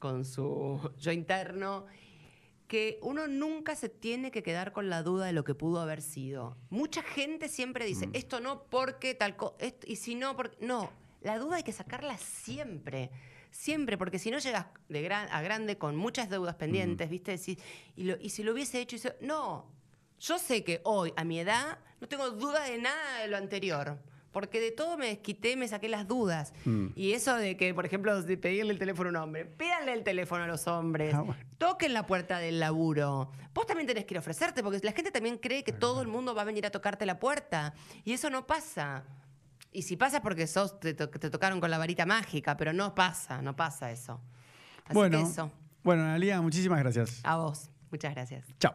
B: con su yo interno, que uno nunca se tiene que quedar con la duda de lo que pudo haber sido. Mucha gente siempre dice,
A: Mm.
B: esto no porque tal cosa, y si no, porque... No, la duda hay que sacarla siempre. Siempre, porque si no llegas de gran, a grande con muchas deudas
A: Mm.
B: pendientes, ¿viste? Decís, y, lo- y si lo hubiese hecho, y se- no. Yo sé que hoy, a mi edad, no tengo duda de nada de lo anterior. Porque de todo me desquité, me saqué las dudas.
A: Mm.
B: Y eso de que, por ejemplo, de pedirle el teléfono a un hombre, pídanle el teléfono a los hombres,
A: Ah, bueno.
B: toquen la puerta del laburo. Vos también tenés que ir a ofrecerte, porque la gente también cree que todo el mundo va a venir a tocarte la puerta. Y eso no pasa. Y si pasa es porque sos, te, to- te tocaron con la varita mágica, pero no pasa, no pasa eso. Así
A: bueno,
B: que eso,
A: bueno, Analia, muchísimas gracias.
B: a vos. Muchas gracias. [laughs]
A: Chao.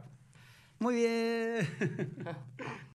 A: Muy bien.